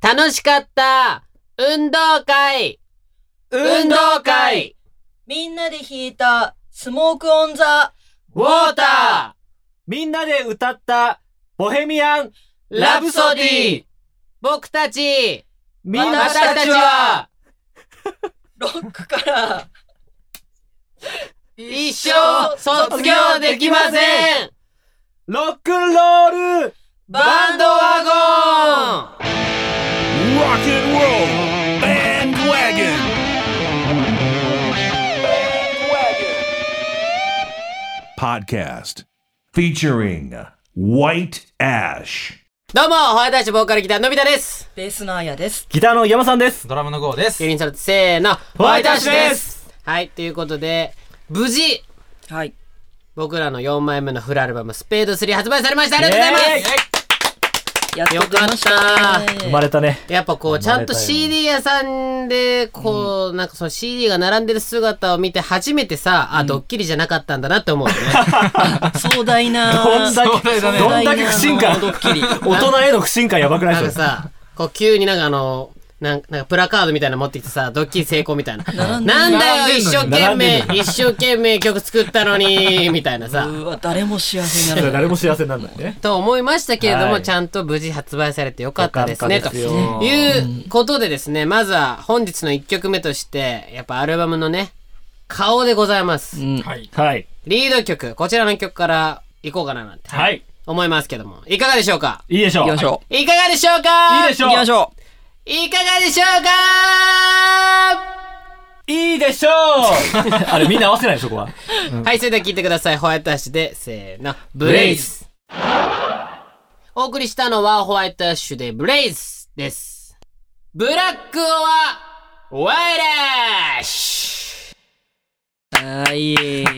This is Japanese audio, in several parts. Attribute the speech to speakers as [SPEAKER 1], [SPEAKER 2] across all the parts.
[SPEAKER 1] 楽しかった運動会運動会
[SPEAKER 2] みんなで弾いた、スモークオンザ、
[SPEAKER 1] ウォータ
[SPEAKER 3] みんなで歌った、ボヘミアン、
[SPEAKER 1] ーラブソディ僕たち
[SPEAKER 3] みんな
[SPEAKER 1] 私
[SPEAKER 2] 私
[SPEAKER 1] た
[SPEAKER 2] た
[SPEAKER 1] ち
[SPEAKER 2] ち
[SPEAKER 1] は
[SPEAKER 2] はロックから、
[SPEAKER 1] 一生卒業できません
[SPEAKER 3] ロックンロール
[SPEAKER 1] バンドワゴン
[SPEAKER 4] Rock and roll bandwagon. Podcast featuring White Ash.
[SPEAKER 1] どうも、ホワイトアッシュボーカルギターのび太です
[SPEAKER 2] ベースのあやです。
[SPEAKER 3] ギターの山さんです
[SPEAKER 5] ドラムの GO です
[SPEAKER 1] ユ。ニンサルト、せーの、ホワイトアッシュですはい、ということで、無事、
[SPEAKER 2] はい。
[SPEAKER 1] 僕らの4枚目のフルアルバム、スペード3発売されましたありがとうございます
[SPEAKER 2] やっと出ました
[SPEAKER 1] よか
[SPEAKER 2] ね
[SPEAKER 3] 生まれたね。
[SPEAKER 1] やっぱこう、ちゃん
[SPEAKER 3] 生まれた
[SPEAKER 1] と
[SPEAKER 3] よ
[SPEAKER 1] CD 屋さんで、こう、なんかその CD が並んでる姿を見て、初めてさ、あ、ドッキリじゃなかったんだなって思うよね。
[SPEAKER 2] 壮大な。
[SPEAKER 3] どんだ
[SPEAKER 5] 壮大だ
[SPEAKER 3] け、
[SPEAKER 5] ね
[SPEAKER 3] どんだけ不信感。
[SPEAKER 2] ドッキリ
[SPEAKER 3] 大人への不信感やばくない
[SPEAKER 1] なん
[SPEAKER 3] で
[SPEAKER 1] か
[SPEAKER 3] すか
[SPEAKER 1] さ、こう急になんかあの、なんなんかプラカードみたいなの持ってきてさ、ドッキリ成功みたいな。なんだよ、一生懸命、一生懸命曲作ったのに、みたいなさ。
[SPEAKER 2] うわ、誰も幸せにならない。
[SPEAKER 3] 誰も幸せにならないね。
[SPEAKER 1] と思いましたけれども、
[SPEAKER 3] はい
[SPEAKER 1] ちゃんと無事発売されてよかったですね、
[SPEAKER 3] よか
[SPEAKER 1] と
[SPEAKER 3] ったですよ
[SPEAKER 1] いうことでですね、まずは本日の1曲目として、やっぱアルバムのね、顔でございます。
[SPEAKER 5] はい。
[SPEAKER 3] はい。
[SPEAKER 1] リード曲、こちらの曲から行こうかななんて、
[SPEAKER 3] はい。
[SPEAKER 1] 思いますけども、いかがでしょうか
[SPEAKER 3] いいでしょう。
[SPEAKER 2] 行きましょ
[SPEAKER 1] いかがでしょうか
[SPEAKER 3] いいでし
[SPEAKER 2] う。
[SPEAKER 3] ょう。
[SPEAKER 2] 行きまし
[SPEAKER 3] ょ
[SPEAKER 2] ょ
[SPEAKER 1] いかがでしょうか
[SPEAKER 3] う。いいでしょう。あれみんな合わせないでしょ、そこは。
[SPEAKER 1] はい、それでは聞いてください。ホワイトアッシュで、せーの、ブレ
[SPEAKER 3] レ
[SPEAKER 1] イ
[SPEAKER 3] イ
[SPEAKER 1] ズ。お送りしたのは、ホワイトアッシュで、ブレイズです。ブラックは、ホワイトアッシ
[SPEAKER 2] う。はい。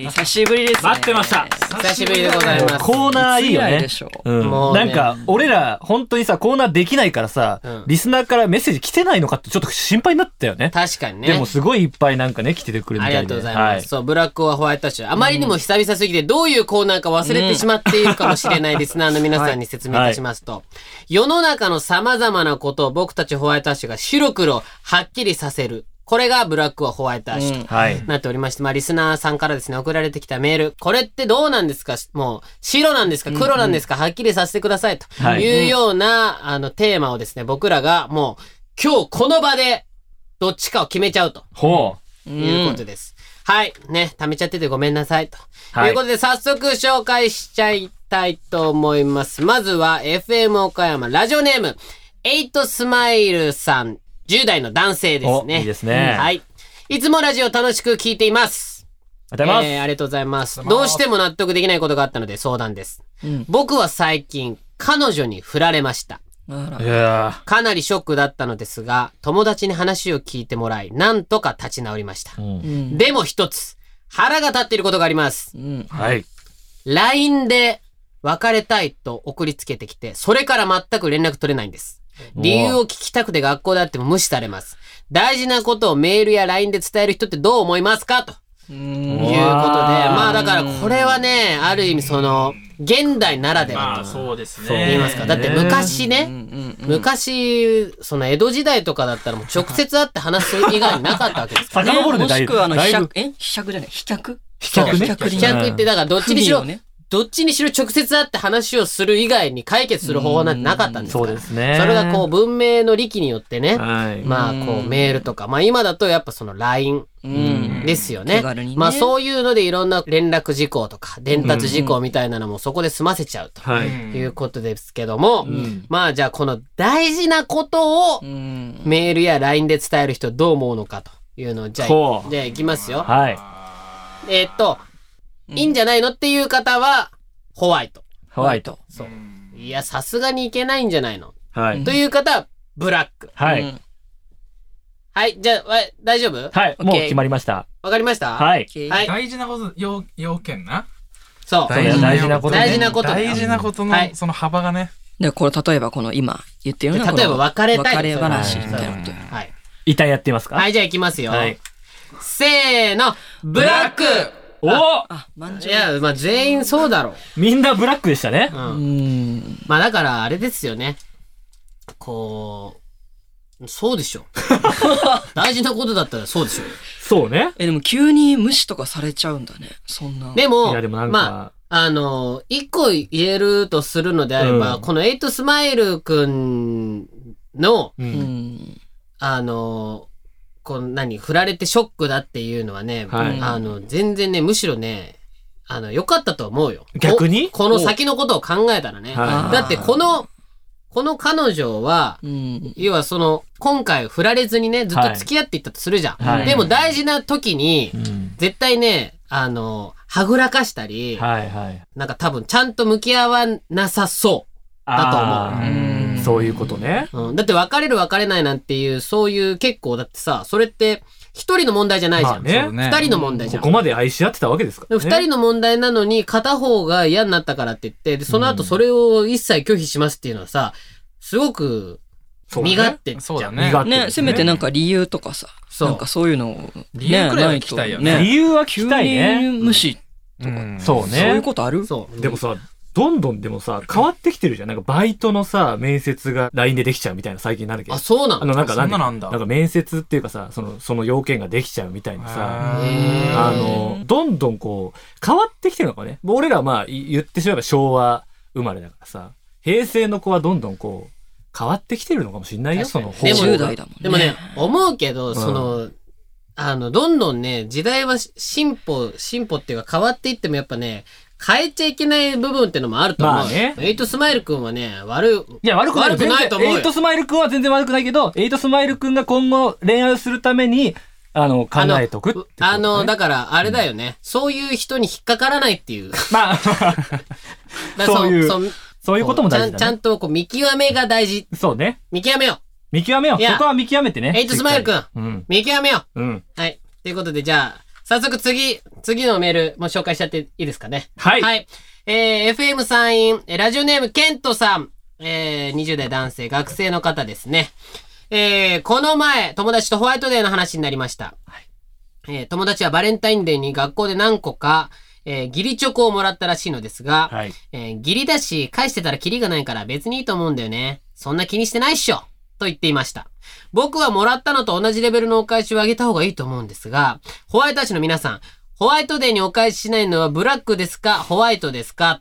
[SPEAKER 2] 久しぶりですね。
[SPEAKER 3] 待ってました。
[SPEAKER 1] ュ久しぶりでございます。
[SPEAKER 3] コーナーいいよ
[SPEAKER 2] いつ以来
[SPEAKER 3] ね
[SPEAKER 2] で。しょう。
[SPEAKER 3] うん
[SPEAKER 1] もう
[SPEAKER 3] な
[SPEAKER 1] ね
[SPEAKER 3] んか、俺ら、本当にさ、コーナーできないからさ、
[SPEAKER 1] うん
[SPEAKER 3] リスナーからメッセージ来てないのかってちょっと心配になったよね。
[SPEAKER 1] 確かにね。
[SPEAKER 3] でもすごいいっぱいなんかね、来ててくれる
[SPEAKER 1] あ
[SPEAKER 3] み
[SPEAKER 1] り
[SPEAKER 3] たいで。
[SPEAKER 1] がとうございます。
[SPEAKER 3] は
[SPEAKER 1] そう、ブラックはホワイトアッシュ。あまりにも久々すぎて、どういうコーナーか忘れてしまっているかもしれないリスナーの皆さんに説明いたしますと、世の中の様々なことを僕たちホワイトアッシュが白黒はっきりさせる。これがブラックはホワイトアッシュと。
[SPEAKER 3] はい。
[SPEAKER 1] なっておりまして、まあ、リスナーさんからですね、送られてきたメール、これってどうなんですかもう、白なんですか黒なんですか、はっきりさせてくださいと
[SPEAKER 3] はい
[SPEAKER 1] いうような、あの、テーマをですね、僕らがもう、今日この場で、どっちかを決めちゃうと
[SPEAKER 3] ほう。
[SPEAKER 2] う
[SPEAKER 1] いうこ
[SPEAKER 2] ん。
[SPEAKER 1] とです。はい。ね、溜めちゃっててごめんなさい。と
[SPEAKER 3] はい
[SPEAKER 1] いうことで、早速紹介しちゃいたいと思います。まずは、FM 岡山、ラジオネーム、エイトスマイルさん、10代の男性です
[SPEAKER 3] お、
[SPEAKER 1] ね。
[SPEAKER 3] いいですね。。
[SPEAKER 1] はいい。いつもラジオ楽しく聞いています。
[SPEAKER 3] ありがとうござい
[SPEAKER 1] えーありがとうございます。
[SPEAKER 5] りがとう
[SPEAKER 1] ど
[SPEAKER 5] ございます
[SPEAKER 1] うしても納得できないことがあったので相談です。僕は最近、彼女に振られました。
[SPEAKER 2] あら
[SPEAKER 3] ます。いや
[SPEAKER 1] かなりショックだったのですが、友達に話を聞いてもらい、なんとか立ち直りました。
[SPEAKER 3] ーうん
[SPEAKER 2] うん。
[SPEAKER 1] でも一つ、腹が立っていることがあります。
[SPEAKER 2] うん。
[SPEAKER 3] はい。
[SPEAKER 1] LINE で別れたいと送りつけてきて、それから全く連絡取れないんです。理由を聞きたくて学校であっても無視されます。大事なことをメールや LINE で伝える人ってどう思いますかと
[SPEAKER 2] うん
[SPEAKER 1] いうこと
[SPEAKER 3] うわ
[SPEAKER 1] で、
[SPEAKER 3] ー
[SPEAKER 1] まあだからこれはね、ある意味その、現代ならで
[SPEAKER 5] まあ
[SPEAKER 1] はと
[SPEAKER 5] そうです
[SPEAKER 3] そう
[SPEAKER 1] 言い
[SPEAKER 5] ね。
[SPEAKER 1] ますか。だって昔
[SPEAKER 2] う
[SPEAKER 1] ね、
[SPEAKER 2] んうん。
[SPEAKER 1] 昔、その江戸時代とかだったらもう直接会って話す以外になかったわけですから。
[SPEAKER 3] 遡るね、
[SPEAKER 2] も
[SPEAKER 3] だ
[SPEAKER 2] し
[SPEAKER 3] い
[SPEAKER 2] くはあの、
[SPEAKER 3] だ
[SPEAKER 2] 飛
[SPEAKER 3] いぶ
[SPEAKER 2] 脚、え飛脚じゃない飛脚
[SPEAKER 3] 飛脚ね。
[SPEAKER 2] 飛脚
[SPEAKER 1] 飛
[SPEAKER 2] に
[SPEAKER 1] 脚ってだからどっちにしろ
[SPEAKER 2] 文を、ね。
[SPEAKER 1] どっちにしろ直接会って話をする以外に解決する方法なんてなかったんですか
[SPEAKER 3] そう
[SPEAKER 1] ら。
[SPEAKER 3] ですね。
[SPEAKER 1] それがこう文明の利器によってね、
[SPEAKER 3] はい。
[SPEAKER 1] まあこうメールとか、まあ今だとやっぱその LINE
[SPEAKER 2] うん。
[SPEAKER 1] ですよね。
[SPEAKER 2] 手軽にね
[SPEAKER 1] まあそういうのでいろんな連絡事項とか伝達事項みたいなのもそこで済ませちゃうと
[SPEAKER 3] はい。
[SPEAKER 1] いうことですけども、
[SPEAKER 3] ん
[SPEAKER 1] まあじゃあこの大事なことを
[SPEAKER 2] うん。
[SPEAKER 1] メールや LINE で伝える人どう思うのかというのをじゃあ、
[SPEAKER 3] ほう
[SPEAKER 1] じゃあいきますよ。
[SPEAKER 3] はい。
[SPEAKER 1] えーっと、いいんじゃないのっていう方は、ホワイト。
[SPEAKER 3] ホワイト。
[SPEAKER 1] そう。いや、さすがにいけないんじゃないの。
[SPEAKER 3] はい。
[SPEAKER 1] という方は、ブラック。
[SPEAKER 3] は
[SPEAKER 2] う
[SPEAKER 3] い。
[SPEAKER 2] ん。
[SPEAKER 1] はい、じゃあ、わ大丈夫
[SPEAKER 3] はい。もう決まりました。
[SPEAKER 1] わかりました
[SPEAKER 3] はい。
[SPEAKER 1] はい、
[SPEAKER 5] 大事なこと、要、要件な。
[SPEAKER 1] そう。
[SPEAKER 3] 大事な大事なことね
[SPEAKER 1] 大事なことだよ
[SPEAKER 5] 大事なことの
[SPEAKER 1] は、い
[SPEAKER 5] その幅がね。
[SPEAKER 2] で、これ、例えばこの今言ってるのがこの
[SPEAKER 1] 例えば、別れたい。
[SPEAKER 2] 別れ話み
[SPEAKER 1] そう
[SPEAKER 2] たいなこと。
[SPEAKER 1] はい。
[SPEAKER 3] 一旦やってみますか
[SPEAKER 1] はい、じゃあ行きますよ。
[SPEAKER 3] はい
[SPEAKER 1] せーの、ブラック
[SPEAKER 3] お
[SPEAKER 2] あ、まん
[SPEAKER 1] い
[SPEAKER 2] じゅう。
[SPEAKER 1] や、まあ、全員そうだろう。
[SPEAKER 3] みんなブラックでしたね
[SPEAKER 1] う。。
[SPEAKER 2] うんん。
[SPEAKER 1] まあ、だから、あれですよね。こう、そうで しょ。大事なことだったらそうでしょ。
[SPEAKER 3] そうね。
[SPEAKER 2] え、でも急に無視とかされちゃうんだね。そんな。
[SPEAKER 1] でも、
[SPEAKER 3] いや、でもなん
[SPEAKER 1] まあ、
[SPEAKER 3] か、
[SPEAKER 1] あの、一個言えるとするのであれば、
[SPEAKER 3] うん
[SPEAKER 1] このエイトスマイルくんの、
[SPEAKER 2] う
[SPEAKER 3] う。
[SPEAKER 2] んん。
[SPEAKER 1] あの、この何、振られてショックだっていうのはね、
[SPEAKER 3] はい
[SPEAKER 1] あの、全然ね、むしろね、あの、良かったと思うよ。
[SPEAKER 3] 逆に
[SPEAKER 1] ここの先のことを考えたらね。
[SPEAKER 3] はい
[SPEAKER 1] だって、この、この彼女は、
[SPEAKER 2] うん。
[SPEAKER 1] 要はその、今回振られずにね、ずっと付き合っていったとするじゃん。
[SPEAKER 3] はい
[SPEAKER 1] でも大事な時に、
[SPEAKER 3] うん
[SPEAKER 1] 絶対ね、あの、はぐらかしたり、
[SPEAKER 3] はいはい。
[SPEAKER 1] なんか多分ちゃんと向き合わなさそ
[SPEAKER 3] あー
[SPEAKER 1] だ
[SPEAKER 5] と思
[SPEAKER 2] ううん
[SPEAKER 3] そういうことね。
[SPEAKER 1] う。うん、だって別れる別れないなんていう、そういう結構だってさ、それって一人の問題じゃないじゃん。
[SPEAKER 3] まあね
[SPEAKER 5] そうね
[SPEAKER 1] 二人の問題じ
[SPEAKER 3] こ
[SPEAKER 1] ゃん。
[SPEAKER 3] こまで愛し合ってたわけですか
[SPEAKER 1] で
[SPEAKER 3] ら
[SPEAKER 1] も
[SPEAKER 3] ね。
[SPEAKER 1] 二人の問題なのに片方が嫌になったからって言って、でその後それを一切拒否しますっていうのはさ、すごく
[SPEAKER 3] そうね
[SPEAKER 1] 身勝手じ
[SPEAKER 5] そう
[SPEAKER 1] ゃ
[SPEAKER 5] だ
[SPEAKER 1] ん。
[SPEAKER 5] ね。
[SPEAKER 3] 苦手
[SPEAKER 2] ね、せめてなんか理由とかさ。
[SPEAKER 1] そう
[SPEAKER 2] なんかそういうのを。
[SPEAKER 5] 理由くらいは聞きたいよね
[SPEAKER 2] なと
[SPEAKER 3] 理由は聞
[SPEAKER 2] 急
[SPEAKER 3] きたい
[SPEAKER 2] に
[SPEAKER 3] ね。
[SPEAKER 2] 無視。
[SPEAKER 5] うん
[SPEAKER 3] そう
[SPEAKER 2] そういう
[SPEAKER 3] ね。
[SPEAKER 2] ことある
[SPEAKER 1] そう。
[SPEAKER 3] でもさ、どんどんでもさ、変わってきてるじゃん。なんかバイトのさ、面接が LINE でできちゃうみたいな最近なるけど
[SPEAKER 1] あ、。そうな
[SPEAKER 3] あ
[SPEAKER 1] の
[SPEAKER 3] の、なんか
[SPEAKER 5] あそん
[SPEAKER 3] て
[SPEAKER 5] ななんだ
[SPEAKER 3] なんか面接っていうかさ、その、その要件ができちゃうみたいなさ、
[SPEAKER 1] へー
[SPEAKER 3] あの、どんどんこう、変わってきてるのかね。もう俺らはまあ、い言ってしまえば昭和生まれだからさ、平成の子はどんどんこう、変わってきてるのかもしんないよ、
[SPEAKER 1] 確か
[SPEAKER 3] そ
[SPEAKER 1] に
[SPEAKER 3] の方
[SPEAKER 1] でも
[SPEAKER 2] 10代だもんね。
[SPEAKER 1] でもね、思うけど、
[SPEAKER 3] ん
[SPEAKER 1] その、あの、どんどんね、時代はし進歩、進歩っていうか変わっていってもやっぱね、変えちゃいけない部分ってのもあると思う。
[SPEAKER 3] まあね
[SPEAKER 1] エイトスマイル君はね、悪い。
[SPEAKER 3] いや、悪くないよ。
[SPEAKER 1] 悪くないと思うよ
[SPEAKER 3] エイトスマイル君は全然悪くないけど、エイトスマイル君が今後恋愛をするために、あの、考
[SPEAKER 1] あの
[SPEAKER 3] えとくってことね
[SPEAKER 1] あの、だから、あれだよね、そういう人に引っかからないっていう。
[SPEAKER 3] まあ、
[SPEAKER 1] だか ら
[SPEAKER 3] そういう
[SPEAKER 1] そ
[SPEAKER 3] そういうことも大事
[SPEAKER 1] ち
[SPEAKER 3] だ
[SPEAKER 1] ゃんちゃん
[SPEAKER 3] ね。
[SPEAKER 1] とこう見極めが大事。
[SPEAKER 3] そうね。
[SPEAKER 1] 見 極めよ
[SPEAKER 3] 見極めよう。
[SPEAKER 1] いや
[SPEAKER 3] そこは見極めてね。
[SPEAKER 1] エイトスマイル君
[SPEAKER 3] うん
[SPEAKER 1] う。。見極めよ
[SPEAKER 3] うん。
[SPEAKER 1] う。はい。ということで、じゃあ、早速次、次のメールも紹介しちゃっていいですかね。
[SPEAKER 3] はい。
[SPEAKER 1] はい。えー FM 参院、えーラジオネーム、ケントさん。えー20代男性、学生の方ですね。えーこの前、友達とホワイトデーの話になりました。えー友達はバレンタインデーに学校で何個か、えー義理チョコをもらったらしいのですが、
[SPEAKER 3] はい。
[SPEAKER 1] えー義理だし、返してたらキリがないから別にいいと思うんだよね。そんな気にしてないっしょと言っていました。僕はもらったのと同じレベルのお返しをあげた方がいいと思うんですが、ホワイト足の皆さん、ホワイトデーにお返ししないのはブラックですか、ホワイトですか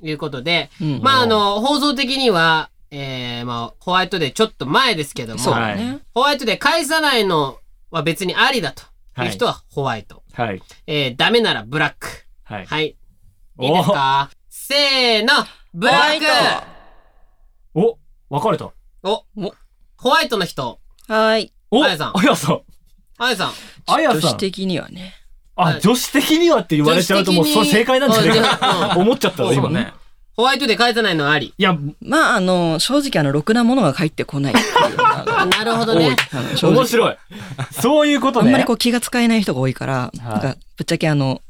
[SPEAKER 1] ということで、
[SPEAKER 2] うん
[SPEAKER 1] まああの、放送的には、えー、まあ、ホワイトデーちょっと前ですけども、
[SPEAKER 2] そうだ
[SPEAKER 3] は
[SPEAKER 2] ね。
[SPEAKER 1] ホワイトデー返さないのは別にありだという人はホワイト。
[SPEAKER 3] はい。
[SPEAKER 1] えー、ダメならブラック。
[SPEAKER 3] はい。
[SPEAKER 1] はい。いいですかせーのブラック
[SPEAKER 3] お分かれた。
[SPEAKER 1] お、ホワイトの人。
[SPEAKER 2] はい。
[SPEAKER 3] お
[SPEAKER 1] あやさん
[SPEAKER 3] あやさん。
[SPEAKER 1] あやさん。
[SPEAKER 3] あや
[SPEAKER 2] 女
[SPEAKER 3] さ
[SPEAKER 2] 子
[SPEAKER 3] ん。
[SPEAKER 2] 的にはね。
[SPEAKER 1] はい
[SPEAKER 3] あ、女子的にはって言われちゃうともう、
[SPEAKER 1] 女子
[SPEAKER 3] そ
[SPEAKER 1] 的
[SPEAKER 3] れ正
[SPEAKER 1] に
[SPEAKER 3] 解なんじゃないか
[SPEAKER 1] あ
[SPEAKER 3] な。思っちゃったわ、
[SPEAKER 5] そ
[SPEAKER 3] 今
[SPEAKER 5] う。ね。
[SPEAKER 1] ホワイトで返さないのはあり。
[SPEAKER 3] いや、
[SPEAKER 2] まああの、正直あの、ろくなものが返ってこないっていうのが。
[SPEAKER 1] あなるほどね。
[SPEAKER 2] あの正直
[SPEAKER 3] 面白い。そういうこと
[SPEAKER 2] あ
[SPEAKER 3] ね。
[SPEAKER 2] んまりこう気が使えない人が多いから、なんかぶっちゃけあの、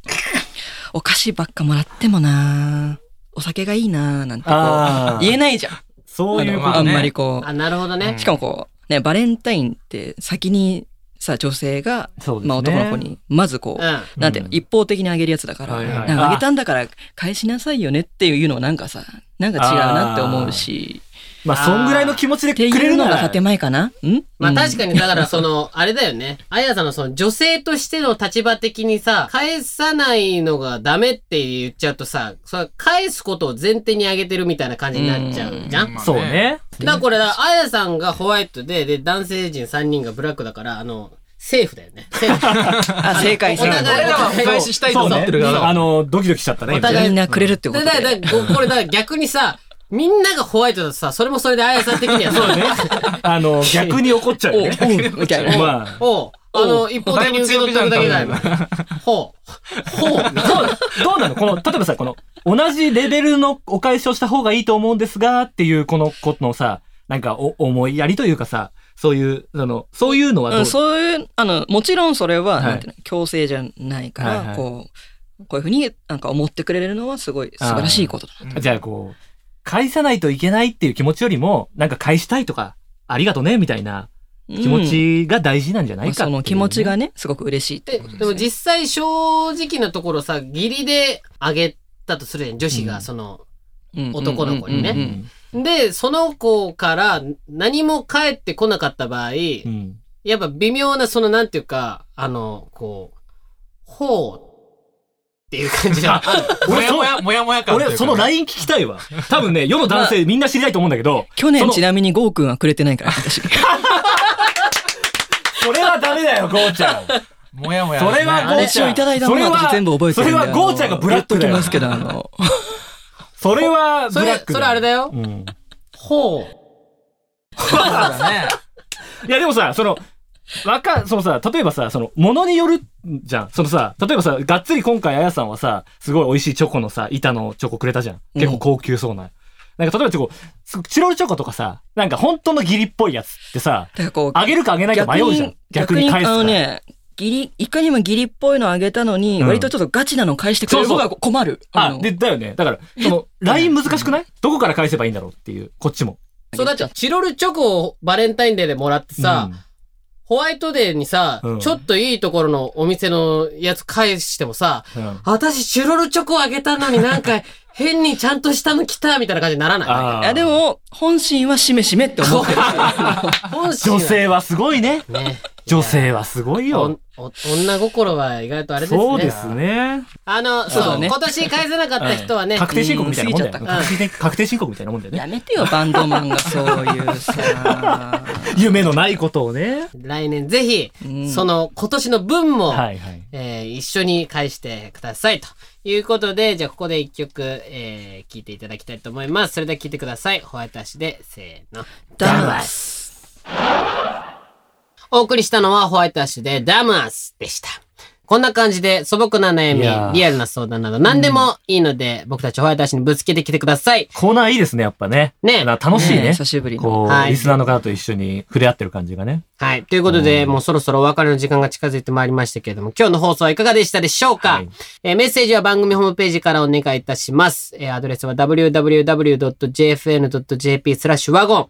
[SPEAKER 2] お菓子ばっかもらってもなお酒がいいななんてこ
[SPEAKER 3] あ
[SPEAKER 2] う、
[SPEAKER 3] ー
[SPEAKER 2] 言えないじゃん。
[SPEAKER 3] そういうこ
[SPEAKER 5] ま
[SPEAKER 2] あ
[SPEAKER 5] あ
[SPEAKER 2] ん
[SPEAKER 5] ね
[SPEAKER 2] まりこ
[SPEAKER 1] あ、なるほどね
[SPEAKER 2] う。。しかもこう、ね、バレンタインって先にさ、女性が、
[SPEAKER 3] と。そうですね
[SPEAKER 2] まあ男の子。に、まずこう、
[SPEAKER 1] うん。
[SPEAKER 2] なんていうの、一方的にあげるやつだから、
[SPEAKER 3] はいはい
[SPEAKER 2] なんかあげたんだから返しなさいよねっていうのはなんかさ、なんか違うなって思うし、
[SPEAKER 3] まあ、そんぐらいの気持ちで
[SPEAKER 2] って
[SPEAKER 3] くれ
[SPEAKER 2] いう
[SPEAKER 3] る
[SPEAKER 2] の
[SPEAKER 3] な
[SPEAKER 2] が
[SPEAKER 3] ら。
[SPEAKER 2] 建前かなうん
[SPEAKER 1] まあ確
[SPEAKER 2] に。
[SPEAKER 1] かに、だからその、あれだよね。あやさんのその女性としての立場的にさ、返さないのがダメって言っちゃうとさ、それ返すことを前提にあげてるみたいな感じになっちゃうじゃん
[SPEAKER 5] まあ
[SPEAKER 3] そう。ね。
[SPEAKER 1] だからこれ、あやさんがホワイトで、で、男性陣3人がブラックだから、あの、セーフだよね。セ ーフ。
[SPEAKER 2] あ、正解
[SPEAKER 1] お互い
[SPEAKER 5] 俺らはお返ししたいと
[SPEAKER 3] そう
[SPEAKER 5] 思
[SPEAKER 3] ね
[SPEAKER 5] ってるから。
[SPEAKER 3] あの、ドキドキしちゃったね。
[SPEAKER 1] お
[SPEAKER 3] 今
[SPEAKER 1] 互い
[SPEAKER 2] みんなくれるってこと
[SPEAKER 1] で、
[SPEAKER 2] で。
[SPEAKER 1] だ、だ、ごこれだ、逆にさ、みんながホワイトだとさ、それもそれであやさん的にはそうね。
[SPEAKER 3] あの、逆に怒っちゃうよね。
[SPEAKER 2] おう、みたいな。
[SPEAKER 3] まあ、
[SPEAKER 1] おう、あの、一方的に受け取ってるだけだよ。ほう。ほ
[SPEAKER 3] どう、
[SPEAKER 1] う。
[SPEAKER 3] どうなのこの、例えばさ、この、同じレベルのお返しをした方がいいと思うんですが、っていう、この子のさ、なんか、お、思いやりというかさ、そういう、あの、そういうのはど
[SPEAKER 2] う、
[SPEAKER 3] うん
[SPEAKER 2] そういう、あの、もちろんそれは、
[SPEAKER 3] はい
[SPEAKER 2] なんていうの、強制じゃないから、
[SPEAKER 3] はいはい
[SPEAKER 2] こう、こういうふうになんか思ってくれるのはすごい素晴らしいことだな。
[SPEAKER 3] じゃあ、こう、返さないといけないっていう気持ちよりも、なんか返したいとか、ありがとね、みたいな
[SPEAKER 2] うん
[SPEAKER 3] 気持ちが大事なんじゃな
[SPEAKER 2] まあ
[SPEAKER 3] いかっ
[SPEAKER 2] そ
[SPEAKER 3] ていうね
[SPEAKER 2] の気持ちがね、すごく嬉しいって
[SPEAKER 1] で
[SPEAKER 2] こと
[SPEAKER 1] でも実際正直なところさ、義理であげたとするやん、女子が、その、
[SPEAKER 2] うん
[SPEAKER 1] 男の子にね
[SPEAKER 2] うんうんうん
[SPEAKER 3] うん
[SPEAKER 1] で、その子から何も返ってこなかった場合、
[SPEAKER 3] うん。
[SPEAKER 1] やっぱ微妙な、その、なんていうか、あの、こう、ほうっていう感じが。
[SPEAKER 5] もやもや、もやもや感というか
[SPEAKER 3] 俺、
[SPEAKER 5] ね。
[SPEAKER 3] その LINE 聞きたいわ。多分ね、世の男性みんな知りたいと思うんだけど、
[SPEAKER 2] 去
[SPEAKER 3] そ
[SPEAKER 2] 年
[SPEAKER 3] の
[SPEAKER 2] ちなみにゴーくんはくれてない から、私。
[SPEAKER 3] それはダメだよ、ゴーちゃん。
[SPEAKER 5] もやもや。
[SPEAKER 3] それは
[SPEAKER 5] あ
[SPEAKER 3] ゴ
[SPEAKER 5] れ
[SPEAKER 3] ー
[SPEAKER 2] 一応いただいたもの
[SPEAKER 3] それは
[SPEAKER 2] 私全部覚えてるんで。
[SPEAKER 3] それはゴーちゃんがブラックだよ
[SPEAKER 2] 言っときますけど、あの、
[SPEAKER 3] それは、
[SPEAKER 1] そ
[SPEAKER 3] ブラ
[SPEAKER 1] れ
[SPEAKER 3] ッ、ク
[SPEAKER 1] それあれだよ。
[SPEAKER 3] うん。
[SPEAKER 1] ほう。
[SPEAKER 5] そうだね。
[SPEAKER 3] いや、でもさ、その、わか、そのさ、例えばさ、その、ものによるじゃん。そのさ、例えばさ、がっつり今回、あやさんはさ、すごい美味しいチョコのさ、板のチョコくれたじゃん。結構高級そうな。なんか、例えばチョコ、すチロルチョコとかさ、なんか本当の義理っぽいやつってさ、
[SPEAKER 2] だからこう、
[SPEAKER 3] あげるかあげないか迷うじゃん。逆に返す
[SPEAKER 2] あ
[SPEAKER 3] か
[SPEAKER 2] の
[SPEAKER 3] ら。
[SPEAKER 2] ね、ギリ、いかにもギリっぽいのあげたのに、
[SPEAKER 3] うん
[SPEAKER 2] 割とちょっとガチなの返してくれる
[SPEAKER 3] そ
[SPEAKER 2] 方
[SPEAKER 3] うそう
[SPEAKER 2] が困る。
[SPEAKER 3] あ、
[SPEAKER 2] の
[SPEAKER 3] で、だよね。だから、その、LINE 難しくないどこから返せばいいんだろうっていう、こっちも。
[SPEAKER 1] そうだって、チロルチョコをバレンタインデーでもらってさ、ホワイトデーにさ、
[SPEAKER 3] うん
[SPEAKER 1] ちょっといいところのお店のやつ返してもさ、
[SPEAKER 3] うん、うん
[SPEAKER 1] 私チロルチョコあげたのになんか変にちゃんとしたの来たみたいな感じにならない
[SPEAKER 3] あ
[SPEAKER 2] い
[SPEAKER 3] ー
[SPEAKER 2] や、でも、本心はしめしめって思ってる。
[SPEAKER 1] 本心は
[SPEAKER 3] 女性はすごいね。
[SPEAKER 1] ね。
[SPEAKER 3] 女性はすごい
[SPEAKER 1] お
[SPEAKER 3] よ
[SPEAKER 1] ん。お女心は意外とあれですね。
[SPEAKER 3] そうですね。
[SPEAKER 1] あの、
[SPEAKER 2] そう
[SPEAKER 1] そ
[SPEAKER 2] だ
[SPEAKER 1] う、
[SPEAKER 2] ね
[SPEAKER 1] 今年返せなかった人はね、
[SPEAKER 3] 確定申告みたいなもんだよ。
[SPEAKER 2] うん
[SPEAKER 1] 過ぎ
[SPEAKER 3] 確定確定申告みたいなもんだ よ
[SPEAKER 2] や
[SPEAKER 3] ね。
[SPEAKER 2] めてよ、バンドマンがそういうさ。
[SPEAKER 3] 夢のないことをね。
[SPEAKER 1] 来年ぜひ、
[SPEAKER 2] うん
[SPEAKER 1] その今年の分も、
[SPEAKER 3] はいはい。
[SPEAKER 1] えー一緒に返してくださいということで、じゃあここで一曲、えー、聴いていただきたいと思います。それでは聴いてください。ホワイトアッシュで、せーの。
[SPEAKER 2] ダムアス。
[SPEAKER 1] お送りしたのはホワイトアッシュでダムアスでした。こんな感じで素朴な悩
[SPEAKER 3] いやー
[SPEAKER 1] み、リアルな相談など何でもいいので、僕たちホワイトアッシュにぶつけてきてください。
[SPEAKER 3] コーナーいいですね、やっぱね。
[SPEAKER 1] ね
[SPEAKER 3] な楽しい
[SPEAKER 2] ね
[SPEAKER 3] ね。
[SPEAKER 2] 久しぶりに
[SPEAKER 3] こう、
[SPEAKER 1] はい
[SPEAKER 3] リスナーの方と一緒に触れ合ってる感じがね。
[SPEAKER 1] はい。ということで、もうそろそろお別れの時間が近づいてまいりましたけれども、今日の放送はいかがでしたでしょうか、
[SPEAKER 3] はい
[SPEAKER 1] えーメッセージは番組ホームページからお願いいたします。えーアドレスは www.jfn.jp スラッシュワゴン、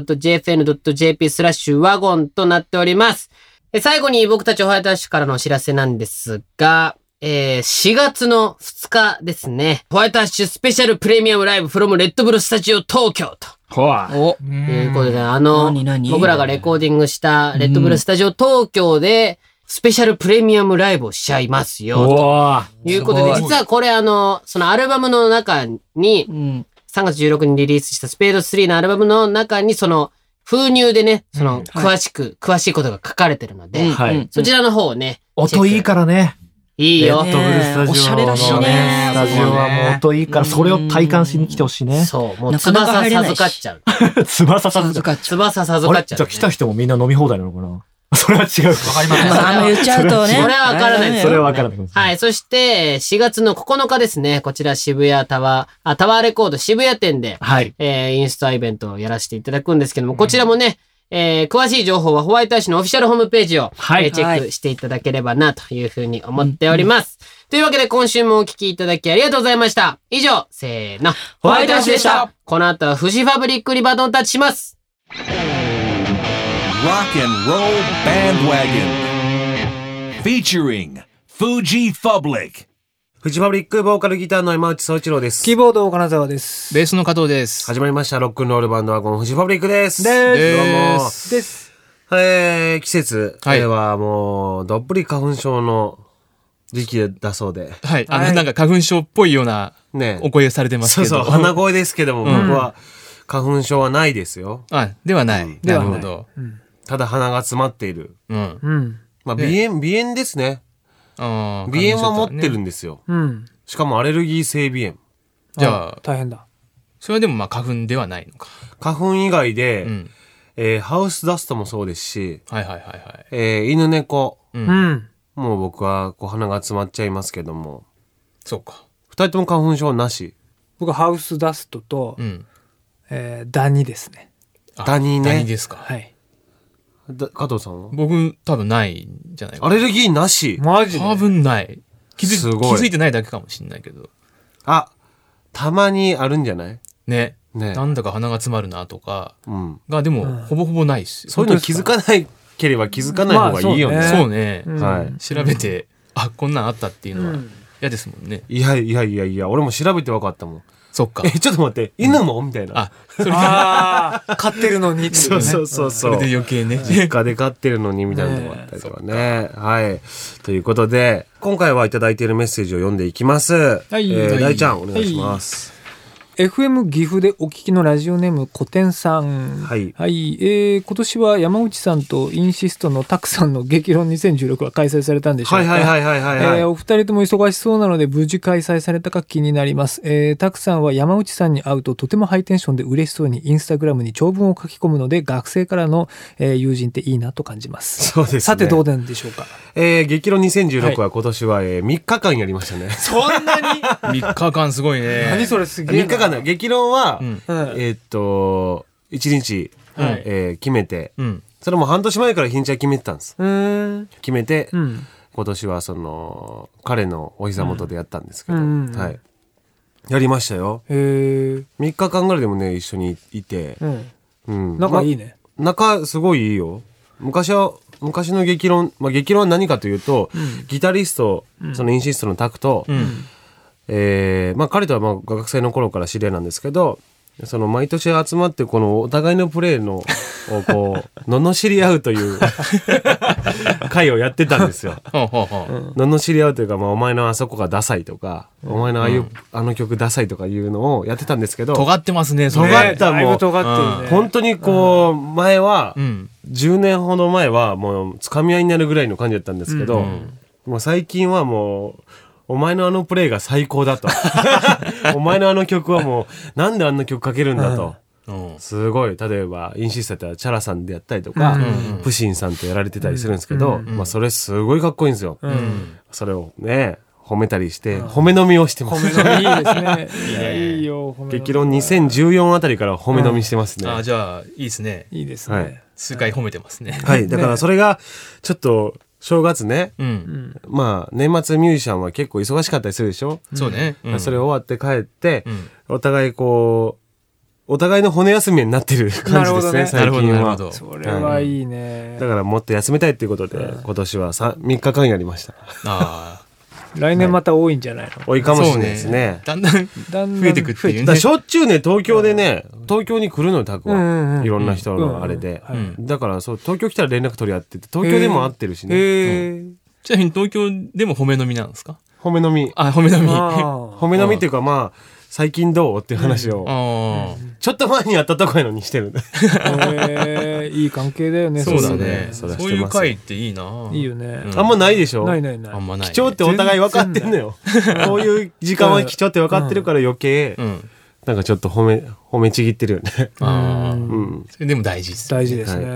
[SPEAKER 1] www.jfn.jp スラッシュワゴンとなっております。えー最後に僕たちホワイトアッシュからのお知らせなんですが、えー4月の2日ですね、ホワイトアッシュスペシャルプレミアムライブ from レッドブルスタジオ東京と。
[SPEAKER 3] ほわ。
[SPEAKER 2] お、
[SPEAKER 1] ということで、あの、
[SPEAKER 2] 何何
[SPEAKER 1] 僕らがレコーディングした、レッドブルスタジオ東京で、スペシャルプレミアムライブをしちゃいます
[SPEAKER 3] お
[SPEAKER 1] よ。
[SPEAKER 3] わ
[SPEAKER 1] ということで、
[SPEAKER 2] すごい
[SPEAKER 1] 実はこれあの、そのアルバムの中に
[SPEAKER 2] う、ん。
[SPEAKER 1] 3月16日にリリースしたスペード3のアルバムの中に、その、封入でね、その、詳しく、詳しいことが書かれてるので、
[SPEAKER 3] はい
[SPEAKER 2] うん
[SPEAKER 1] そちらの方をね、
[SPEAKER 3] 音いいからね。
[SPEAKER 1] ら。いいよ
[SPEAKER 3] レッ。ドブルスタジオのね。
[SPEAKER 2] おしゃれらしいね
[SPEAKER 3] スタジオはもう音いいから、それを体感しに来てほしいね。
[SPEAKER 1] そう、もう
[SPEAKER 2] なかなか
[SPEAKER 1] 翼
[SPEAKER 2] 入れないし
[SPEAKER 1] 授かっちゃう。
[SPEAKER 3] 翼さん
[SPEAKER 2] 授。かっちゃう。
[SPEAKER 1] 翼授
[SPEAKER 3] あ
[SPEAKER 1] かっ
[SPEAKER 3] れ
[SPEAKER 1] ちゃう、
[SPEAKER 3] じゃあ来た人もみんな飲み放題なのかな それは違う。
[SPEAKER 5] わかりました。
[SPEAKER 2] まあ、あんま言っちゃうとね。
[SPEAKER 1] それは分からないです
[SPEAKER 3] それはわからない。
[SPEAKER 1] はい。そして、4月の9日ですね。こちら渋谷タワー、あ、タワーレコード渋谷店で、
[SPEAKER 3] はい。
[SPEAKER 1] えーインスタイベントをやらせていただくんですけども、こちらもね、えー詳しい情報はホワイトアッシュのオフィシャルホームページを、
[SPEAKER 3] はい
[SPEAKER 1] えーチェックしていただければな、というふうに思っております。というわけで、今週もお聞きいただきありがとうございました。以上、せーの、ホ
[SPEAKER 5] ワイトアッシュでした。
[SPEAKER 1] この後はフジファブリックにバトンタッチします。
[SPEAKER 4] Rock and Roll Bandwagon. Featuring Fuji Public.
[SPEAKER 6] フジファブリックボーカルギターの山内総一郎です。
[SPEAKER 7] キーボード金沢です。
[SPEAKER 5] ベースの加藤です。
[SPEAKER 6] 始まりました、ロックンロールバンドワゴン、フジファブリックです。
[SPEAKER 7] で
[SPEAKER 6] どうも。
[SPEAKER 7] す。です。
[SPEAKER 6] えー、季節、
[SPEAKER 5] はい
[SPEAKER 6] これはもう、どっぷり花粉症の時期だそうで。
[SPEAKER 5] はい。あ
[SPEAKER 7] は
[SPEAKER 5] の、
[SPEAKER 7] い
[SPEAKER 5] なんか花粉症っぽいような
[SPEAKER 6] ね
[SPEAKER 5] お声されてます
[SPEAKER 6] そう
[SPEAKER 5] けど。
[SPEAKER 6] そう、鼻声ですけども、僕は花粉症はないですよ。
[SPEAKER 5] あ、ではない。な
[SPEAKER 7] で
[SPEAKER 5] る
[SPEAKER 7] はない
[SPEAKER 5] ほど。
[SPEAKER 6] ただ鼻が詰まっている。
[SPEAKER 5] うん。
[SPEAKER 7] うん。
[SPEAKER 6] まあ、鼻炎、鼻炎ですね。
[SPEAKER 5] 鼻
[SPEAKER 6] 鼻炎は持ってるんですよ。
[SPEAKER 7] うん。
[SPEAKER 6] しかもアレルギー性鼻炎。
[SPEAKER 5] じゃあ、
[SPEAKER 7] 大変だ。
[SPEAKER 5] それはでもまあ花粉ではないのか。
[SPEAKER 6] 花粉以外で、
[SPEAKER 5] うん。
[SPEAKER 6] えーハウスダストもそうですし、
[SPEAKER 5] はいはいはいはい。
[SPEAKER 6] えー犬猫、
[SPEAKER 7] うん。
[SPEAKER 6] もう僕はこう鼻が詰まっちゃいますけども。
[SPEAKER 5] そうか。
[SPEAKER 6] 二人とも花粉症なし。
[SPEAKER 7] 僕はハウスダストと
[SPEAKER 5] う、ん。
[SPEAKER 7] えーダニですね。
[SPEAKER 5] あ
[SPEAKER 6] ダニね
[SPEAKER 5] ダニですか。
[SPEAKER 7] はい。
[SPEAKER 6] だ加藤さんは
[SPEAKER 5] 僕、多分ないんじゃないか
[SPEAKER 6] ア
[SPEAKER 5] な。
[SPEAKER 6] レルギーなし。
[SPEAKER 7] マジで
[SPEAKER 5] 多分ない。気づ
[SPEAKER 6] す
[SPEAKER 5] い
[SPEAKER 6] ごい
[SPEAKER 5] 気づいてないだけかもしれないけど。
[SPEAKER 6] あ、たまにあるんじゃない
[SPEAKER 5] ね。
[SPEAKER 6] ね
[SPEAKER 5] なんだか鼻が詰まるなとか
[SPEAKER 6] うん。
[SPEAKER 5] が、でも、ほぼほぼないっすよ。
[SPEAKER 6] そういうの気づかないければ気づかない方がいいよね。
[SPEAKER 7] まあ
[SPEAKER 5] そうね。
[SPEAKER 7] うん
[SPEAKER 6] はい。
[SPEAKER 5] 調べて、あ、こんなんあったっていうの
[SPEAKER 7] う
[SPEAKER 5] は
[SPEAKER 7] ん
[SPEAKER 5] 嫌ですもんね。
[SPEAKER 6] いやいやいやいや、俺も調べて分かったもん。
[SPEAKER 5] そっか。
[SPEAKER 6] え、ちょっと待って、犬もみたいな。
[SPEAKER 5] あ、それ
[SPEAKER 7] ああ、買ってるのにっていね。
[SPEAKER 6] そうそうそう
[SPEAKER 5] そ
[SPEAKER 6] そう
[SPEAKER 5] れ。で余計ね。
[SPEAKER 6] 実家で飼ってるのにみたいなのもあったりとかね。はい。ということで、今回はいただいているメッセージを読んでいきます。
[SPEAKER 5] い
[SPEAKER 6] えー
[SPEAKER 5] はい
[SPEAKER 6] 大ちゃん、お願いします。
[SPEAKER 7] FM 岐阜でお聞きのラジオネームこてんさん
[SPEAKER 6] はい
[SPEAKER 7] えー今年は山内さんとインシストのたくさんの激論2016は開催されたんでしょう
[SPEAKER 6] は
[SPEAKER 7] か
[SPEAKER 6] いはいはいはいはいはい。
[SPEAKER 7] えーお二人とも忙しそうなので無事開催されたか気になります、えー、たくさんは山内さんに会うととてもハイテンションで嬉しそうにインスタグラムに長文を書き込むので学生からの、えー友人っていいなと感じます
[SPEAKER 6] そうですね
[SPEAKER 7] さてどうなんでしょうか
[SPEAKER 6] えー、激論2016は今年は、えー、3日間やりましたね。
[SPEAKER 7] そんなに
[SPEAKER 5] 3日間すごいね。
[SPEAKER 7] 何それすげえ
[SPEAKER 6] 3日間だ。激論は、
[SPEAKER 5] うん
[SPEAKER 6] えーっと、1日、
[SPEAKER 5] はい
[SPEAKER 6] えー決めて、
[SPEAKER 5] うん。
[SPEAKER 6] それも半年前から日にちは決めてたんです。
[SPEAKER 7] うん
[SPEAKER 6] 決めて、
[SPEAKER 7] うん
[SPEAKER 6] 今年はその、彼のお膝元でやったんですけど、
[SPEAKER 7] うんうん
[SPEAKER 6] はい。やりましたよ。
[SPEAKER 7] へえ
[SPEAKER 6] 3日間ぐらいでもね、一緒にいて、
[SPEAKER 7] うん
[SPEAKER 6] うん。
[SPEAKER 7] 仲いいね、
[SPEAKER 6] ま仲、すごいいいよ。昔は、昔の激論、まあ、激論は何かというと、ギタリスト、そのインシストのタクと、
[SPEAKER 5] うん。
[SPEAKER 6] えーまあ、彼とはまあ学生の頃から知り合いなんですけどその毎年集まってこのお互いのプレーのをこう罵り合うという会をやってたんですよ。
[SPEAKER 5] ほうほうほう。
[SPEAKER 6] 罵り合うというか、まあ、お前のあそこがダサいとか、お前のああいう、あの曲ダサいとかいうのをやってたんですけど
[SPEAKER 5] 尖ってますね、それ
[SPEAKER 6] 尖った
[SPEAKER 7] だい
[SPEAKER 6] も
[SPEAKER 7] ぶ
[SPEAKER 6] う
[SPEAKER 7] 尖ってるね、
[SPEAKER 6] 本当にこう、前は、
[SPEAKER 5] うん。
[SPEAKER 6] 10年ほど前はもうつかみ合いになるぐらいの感じだったんですけど、もう最近はもうお前のあのプレーが最高 だとお前のあの曲はもうなんであんな曲かけるんだと、
[SPEAKER 5] うん。
[SPEAKER 6] すごい例えばインシスタだったらチャラさんでやったりとか、プシンさんとやられてたりするんですけど、まあ、それすごいかっこいいんですよ、それをね褒めたりして褒め飲みをしてます
[SPEAKER 7] 褒めのいいですね いやいいよ褒めの
[SPEAKER 6] 激論2014あたりから褒め飲みしてますね、
[SPEAKER 5] あーじゃあ、いいですね。
[SPEAKER 7] いいですね、
[SPEAKER 6] はい
[SPEAKER 5] 数回褒めてますね。
[SPEAKER 6] はいだからそれがちょっと正月ね、
[SPEAKER 5] うん。
[SPEAKER 6] まあ年末ミュージシャンは結構忙しかったりするでしょ、
[SPEAKER 5] そうね。うん
[SPEAKER 6] それ終わって帰って、
[SPEAKER 5] ん
[SPEAKER 6] お互いこうお互いの骨休みになってる感じですね
[SPEAKER 7] なるほどね
[SPEAKER 5] な
[SPEAKER 6] 最
[SPEAKER 5] るほど、
[SPEAKER 6] 近
[SPEAKER 5] なるほ
[SPEAKER 6] は
[SPEAKER 5] ど。
[SPEAKER 7] それはいいね、
[SPEAKER 6] だからもっと休みたいっていうことで、今年は 3, 3日間やりました
[SPEAKER 5] あ
[SPEAKER 7] 来年また多いんじゃないの、
[SPEAKER 6] 多い
[SPEAKER 5] あ。
[SPEAKER 6] かもしれないですね
[SPEAKER 5] そうだんだん
[SPEAKER 7] だんだん
[SPEAKER 5] 増えてくっていう
[SPEAKER 6] だから
[SPEAKER 5] ね
[SPEAKER 6] し。ょっちゅうね東京でね、東京に来るのよタクは、
[SPEAKER 7] うんうんうん
[SPEAKER 6] いろんな人のあれで、
[SPEAKER 5] んうん
[SPEAKER 6] だからそう東京来たら連絡取り合ってて東京でも会ってるしね、
[SPEAKER 7] へえ、
[SPEAKER 5] ちなみに東京でも褒め飲みなんですか
[SPEAKER 6] 褒め飲み
[SPEAKER 5] あ、褒め飲み。あ
[SPEAKER 7] あ
[SPEAKER 6] 褒め 飲みっていうかまあ最近どうっていう話を、
[SPEAKER 5] あ。
[SPEAKER 6] ちょっと前にやったとこやのにしてる
[SPEAKER 7] ーへえいい関係だよね。
[SPEAKER 5] そうだ
[SPEAKER 7] れ
[SPEAKER 5] ね。
[SPEAKER 6] そ
[SPEAKER 5] そう
[SPEAKER 6] だね
[SPEAKER 5] ういう会っていいな。
[SPEAKER 7] いいよね。
[SPEAKER 5] うん
[SPEAKER 6] あんまないでしょ
[SPEAKER 7] ないないない。
[SPEAKER 5] あんまないね。
[SPEAKER 6] 貴重ってお互い分かってんのよ。こういう時間は貴重って分かってるから余計
[SPEAKER 5] う、ん。
[SPEAKER 6] なんかちょっと褒め、褒めちぎってるよね。
[SPEAKER 5] ああ。
[SPEAKER 6] うん。
[SPEAKER 5] それでも大事です。
[SPEAKER 7] 大事ですね。
[SPEAKER 5] うん。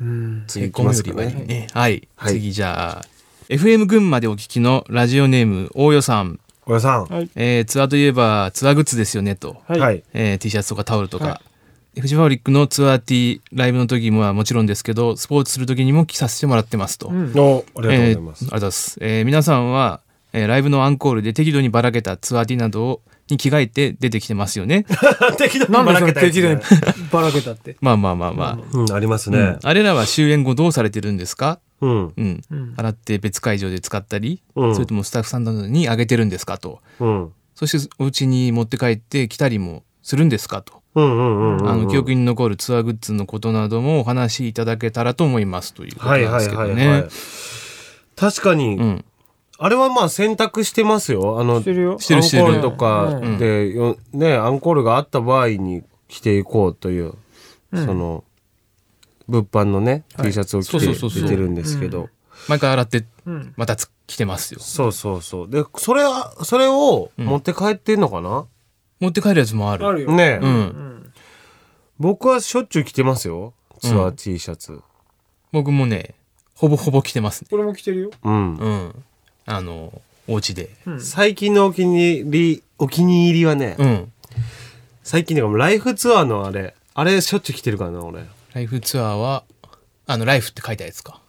[SPEAKER 7] うん。
[SPEAKER 6] 次
[SPEAKER 5] へ
[SPEAKER 6] 行き
[SPEAKER 5] こむ
[SPEAKER 6] ま
[SPEAKER 5] よ
[SPEAKER 6] す
[SPEAKER 5] り
[SPEAKER 6] か
[SPEAKER 5] はいい
[SPEAKER 6] ね。
[SPEAKER 5] ね。はい。
[SPEAKER 6] はい
[SPEAKER 5] 次じゃあ、FM 群馬でお聞きのラジオネーム、大与さん。
[SPEAKER 6] おやさん。
[SPEAKER 5] えーツアーといえばツアーグッズですよねと。
[SPEAKER 7] い
[SPEAKER 6] はい。
[SPEAKER 5] えー T シャツとかタオルとか。フジファブリックのツアー T ライブの時もはもちろんですけどスポーツする時にも着させてもらってますと、
[SPEAKER 6] お、ありがとうございます
[SPEAKER 5] えー。ありがとうございます。えー皆さんは、えーライブのアンコールで適度にばらけたツアーティーなどをに着替えて出てきてますよ ね。
[SPEAKER 6] 適当に
[SPEAKER 7] なん
[SPEAKER 6] ば
[SPEAKER 7] でそ
[SPEAKER 6] らけ
[SPEAKER 7] の
[SPEAKER 6] たやつ
[SPEAKER 7] 適当に
[SPEAKER 6] ね。
[SPEAKER 7] ばらけたって。
[SPEAKER 5] まあまあまあま
[SPEAKER 6] うん、あります
[SPEAKER 5] あ。うん
[SPEAKER 6] ね。
[SPEAKER 5] あれらは終演後どうされてるんですか、
[SPEAKER 6] うん。
[SPEAKER 5] うん、
[SPEAKER 7] うん
[SPEAKER 5] 洗って別会場で使ったり、
[SPEAKER 6] うん
[SPEAKER 5] それともスタッフさんなどにあげてるんですかと。
[SPEAKER 6] うん。
[SPEAKER 5] そしてお家に持って帰って着たりもするんですかと。
[SPEAKER 6] うんうんうんうん。
[SPEAKER 5] あの記憶に残るツアーグッズのことなどもお話しいただけたらと思いますということな
[SPEAKER 6] はい
[SPEAKER 5] んで
[SPEAKER 6] はい
[SPEAKER 5] すけど
[SPEAKER 6] はいは
[SPEAKER 5] ね
[SPEAKER 6] い。。確か
[SPEAKER 5] う
[SPEAKER 6] に、
[SPEAKER 5] ん。
[SPEAKER 6] あれはまあ選択してますよ。あの、
[SPEAKER 7] してるよ。
[SPEAKER 5] してるしてる
[SPEAKER 6] アンコールとかで、よね、アンコールがあった場合に着ていこうという、その、物販のね、T シャツを着
[SPEAKER 5] そう
[SPEAKER 6] て
[SPEAKER 5] そうそうそう
[SPEAKER 6] 出てるんですけど、
[SPEAKER 5] 毎回洗って
[SPEAKER 7] ん
[SPEAKER 5] またつ着てますよ。
[SPEAKER 6] そうそうそう。で、それは、それを持って帰ってんのかな、
[SPEAKER 5] 持って帰るやつもある。
[SPEAKER 7] あるよ。
[SPEAKER 6] ねえ、
[SPEAKER 5] うん。
[SPEAKER 6] 僕はしょっちゅう着てますよ。ツアー T シャツ。
[SPEAKER 5] 僕もねほぼほぼ着てますね
[SPEAKER 7] これも着てるよ。
[SPEAKER 6] うん。
[SPEAKER 5] うんあのお家で
[SPEAKER 6] 最近のお気に入り、お気に入りはね、
[SPEAKER 5] うん、
[SPEAKER 6] 最近でかもうライフツアーのあれ、あれしょっちゅう着てるからな、俺。
[SPEAKER 5] ライフツアーはあのライフって書いたやつか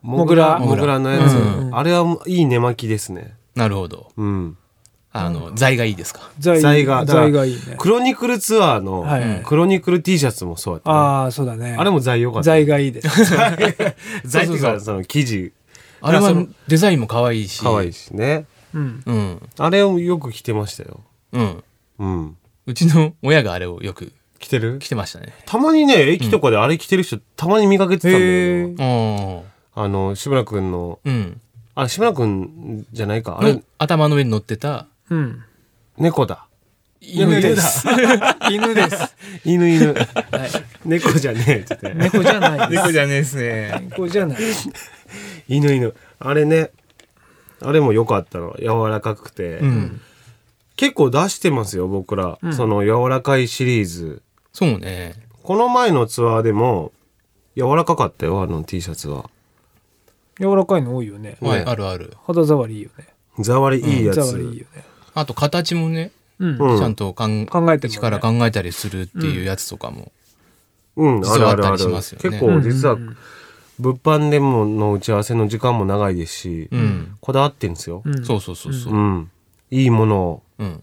[SPEAKER 6] モ
[SPEAKER 7] グラ
[SPEAKER 6] モグラのやつ。
[SPEAKER 5] う
[SPEAKER 6] あれはいい寝巻きですね。
[SPEAKER 5] なるほど
[SPEAKER 6] うん。
[SPEAKER 5] あの財がいいですか
[SPEAKER 7] 財
[SPEAKER 6] 財がだから
[SPEAKER 7] 財がいいね。
[SPEAKER 6] クロニクルツア
[SPEAKER 7] は
[SPEAKER 6] ーの
[SPEAKER 7] い
[SPEAKER 6] クロニクル T シャツもそうやったね、
[SPEAKER 7] ああ、そうだね。
[SPEAKER 6] あれも財よかった。
[SPEAKER 7] 財がいい です。
[SPEAKER 6] 財っていう
[SPEAKER 5] そうそうそ
[SPEAKER 6] か
[SPEAKER 5] う
[SPEAKER 6] その生地
[SPEAKER 5] あれ
[SPEAKER 6] いや
[SPEAKER 5] は
[SPEAKER 6] その
[SPEAKER 5] デザインも可愛いし
[SPEAKER 6] 可愛いしね。
[SPEAKER 7] うん。
[SPEAKER 5] うん
[SPEAKER 6] あれをよく着てましたよ。
[SPEAKER 5] うん
[SPEAKER 6] うん。
[SPEAKER 5] うちの親があれをよく
[SPEAKER 6] 着てる
[SPEAKER 5] 着てましたね。
[SPEAKER 6] たまにね、駅とかであれ着てる人、たまに見かけてたんだよな。
[SPEAKER 5] あ
[SPEAKER 6] あの、志村くんの、
[SPEAKER 5] あ。うん。
[SPEAKER 6] あ、志村くんじゃないか。あ
[SPEAKER 5] の
[SPEAKER 6] れ、
[SPEAKER 5] 頭の上に乗ってた
[SPEAKER 7] うん。
[SPEAKER 6] 猫だ。
[SPEAKER 5] 犬
[SPEAKER 6] で
[SPEAKER 5] ですす。
[SPEAKER 7] 犬です。
[SPEAKER 6] 犬犬。猫じゃねえって言って。
[SPEAKER 7] 猫じゃないです。
[SPEAKER 5] 猫じゃねえですね。
[SPEAKER 7] 猫じゃない。
[SPEAKER 6] 犬犬。あれね、あれも良かったの。柔らかくて。
[SPEAKER 5] うん。
[SPEAKER 6] 結構出してますよ、僕ら。その柔らかいシリーズ。
[SPEAKER 5] そうね。
[SPEAKER 6] この前のツアーでも、柔らかかったよ、あの T シャツは。
[SPEAKER 7] 柔らかいの多いよね。
[SPEAKER 5] はい、あるある。
[SPEAKER 7] 肌触りいいよね。
[SPEAKER 6] ざわりいいやつ。
[SPEAKER 7] 肌触りいいよね。
[SPEAKER 5] あと形もね、
[SPEAKER 7] うん。
[SPEAKER 6] うん
[SPEAKER 5] ちゃんとかん
[SPEAKER 7] 考えてもね
[SPEAKER 5] 一から考えたりするっていうやつとかも。
[SPEAKER 6] うん、あ
[SPEAKER 5] 実
[SPEAKER 6] る
[SPEAKER 5] は
[SPEAKER 6] あ
[SPEAKER 5] あっ
[SPEAKER 6] る
[SPEAKER 5] た
[SPEAKER 6] ある。
[SPEAKER 5] りしますよね
[SPEAKER 6] 結構実は、物販でもの打ち合わせの時間も長いですし、
[SPEAKER 5] うん。
[SPEAKER 6] こだわってんですよ。
[SPEAKER 5] そうそうそうそうう。
[SPEAKER 6] ん。いいものを
[SPEAKER 5] うん。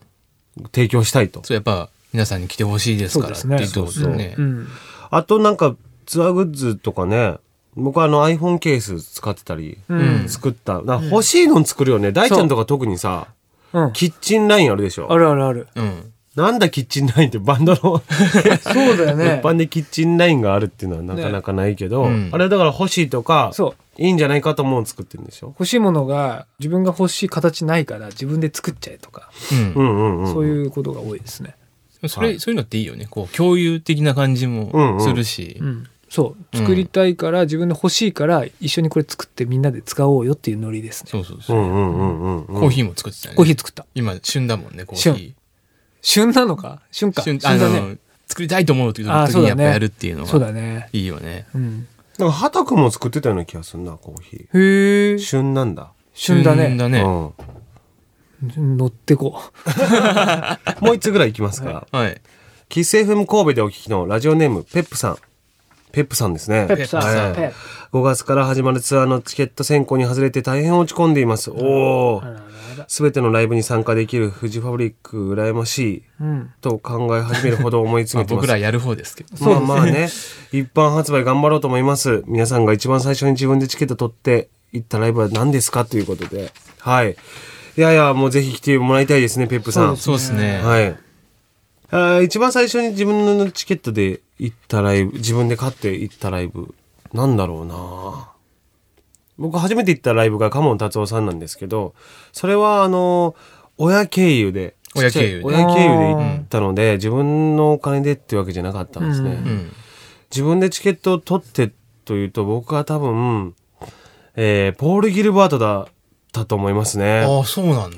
[SPEAKER 6] 提供したいと。
[SPEAKER 5] そうやっぱ皆さんに来てほしいですからっていうところですね
[SPEAKER 7] う。ん。
[SPEAKER 6] あとなんか、ツアーグッズとかね、僕はあの iPhone ケース使ってたり、
[SPEAKER 7] うん。
[SPEAKER 6] 作った。なんか欲しいの作るよね。大ちゃんとか特にさ、
[SPEAKER 7] うん。
[SPEAKER 6] キッチンラインあるでし
[SPEAKER 7] あ
[SPEAKER 6] ょ。
[SPEAKER 7] るあるある。
[SPEAKER 5] うん。
[SPEAKER 6] なんだキッチンラインって バンドの
[SPEAKER 7] そうだよ
[SPEAKER 6] 一
[SPEAKER 7] ね。
[SPEAKER 6] 般でキッチンラインがあるっていうのはなかなかないけど、
[SPEAKER 5] ねうん
[SPEAKER 6] あれだから欲しいとか、
[SPEAKER 7] そう。
[SPEAKER 6] いいんじゃないかと思うの作ってるんでしょ。
[SPEAKER 7] 欲しいものが自分が欲しい形ないから自分で作っちゃえとか、
[SPEAKER 5] うん
[SPEAKER 6] うんうんうん。
[SPEAKER 7] そういうことが多いですね。
[SPEAKER 5] それ、そういうのっていいよね。こう、共有的な感じ
[SPEAKER 6] うんう
[SPEAKER 5] も
[SPEAKER 6] ん
[SPEAKER 5] するし
[SPEAKER 7] う。ん。そう。作りたいから、自分で欲しいから一緒にこれ作ってみんなで使おうよっていうノリですね。
[SPEAKER 5] そうそう
[SPEAKER 6] う
[SPEAKER 5] そう。
[SPEAKER 6] んうんうんうんうん。
[SPEAKER 5] コーヒーも作ってたね。
[SPEAKER 7] コーヒー作った。
[SPEAKER 5] 今、旬だもんね、コーヒ
[SPEAKER 7] 旬なのか旬か。
[SPEAKER 5] ー。
[SPEAKER 7] 旬
[SPEAKER 5] 旬、
[SPEAKER 7] だ
[SPEAKER 5] あ
[SPEAKER 7] ね。
[SPEAKER 5] の、作りたいと思う時
[SPEAKER 7] あー
[SPEAKER 5] 時
[SPEAKER 7] そう
[SPEAKER 5] に
[SPEAKER 7] だ
[SPEAKER 5] やっぱ
[SPEAKER 7] ね
[SPEAKER 5] やるっていうの
[SPEAKER 7] そう
[SPEAKER 5] は、
[SPEAKER 7] だね。
[SPEAKER 5] いいよね。
[SPEAKER 7] うん。
[SPEAKER 6] なんか、はたくんも作ってたような気がするな、コーヒ
[SPEAKER 7] へえ
[SPEAKER 6] ー。。旬なんだ。
[SPEAKER 7] 旬だね。
[SPEAKER 5] だ
[SPEAKER 6] う
[SPEAKER 5] ね。
[SPEAKER 6] ん。
[SPEAKER 5] は
[SPEAKER 6] も
[SPEAKER 7] 乗ってこ
[SPEAKER 6] う一つぐらいいきますか。
[SPEAKER 5] い。
[SPEAKER 6] キス FM 神戸でお聞きのラジオネーム、ペップさん。ペップさんですね。
[SPEAKER 7] う。ペップさ
[SPEAKER 5] ペッ
[SPEAKER 7] ん。
[SPEAKER 5] プ
[SPEAKER 7] ペップ。
[SPEAKER 6] 5月から始まるツアーのチケット選考に外れて大変落ち込んでいます。おお。すべてのライブに参加できるフジファブリック羨ましい
[SPEAKER 7] うん。
[SPEAKER 6] と考え始めるほど思い
[SPEAKER 5] ま
[SPEAKER 6] 詰
[SPEAKER 5] あ
[SPEAKER 6] めてま
[SPEAKER 5] 僕
[SPEAKER 6] す。
[SPEAKER 5] らやる方ですけど。
[SPEAKER 6] まあまあね、一般発売頑張ろうと思います。皆さんが一番最初に自分でチケット取って行ったライブは何ですかということで。はい。いやいや、もうぜひ来てもらいたいですね、ペップさん。
[SPEAKER 5] そうですね。
[SPEAKER 6] はい。あー一番最初に自分のチケットで行ったライブ、自分で買って行ったライブ、なんだろうな僕初めて行ったライブがカモン達夫さんなんですけど、それはあの、親経由で、
[SPEAKER 5] 親経由で
[SPEAKER 6] ちっちゃい親経由で行ったので、自分のお金でってわけじゃなかったんですね。
[SPEAKER 5] うん。
[SPEAKER 6] 自分でチケットを取ってというと、僕は多分、えーポール・ギルバートだったと思いますね。
[SPEAKER 5] ああ、そうなんだ。
[SPEAKER 6] ー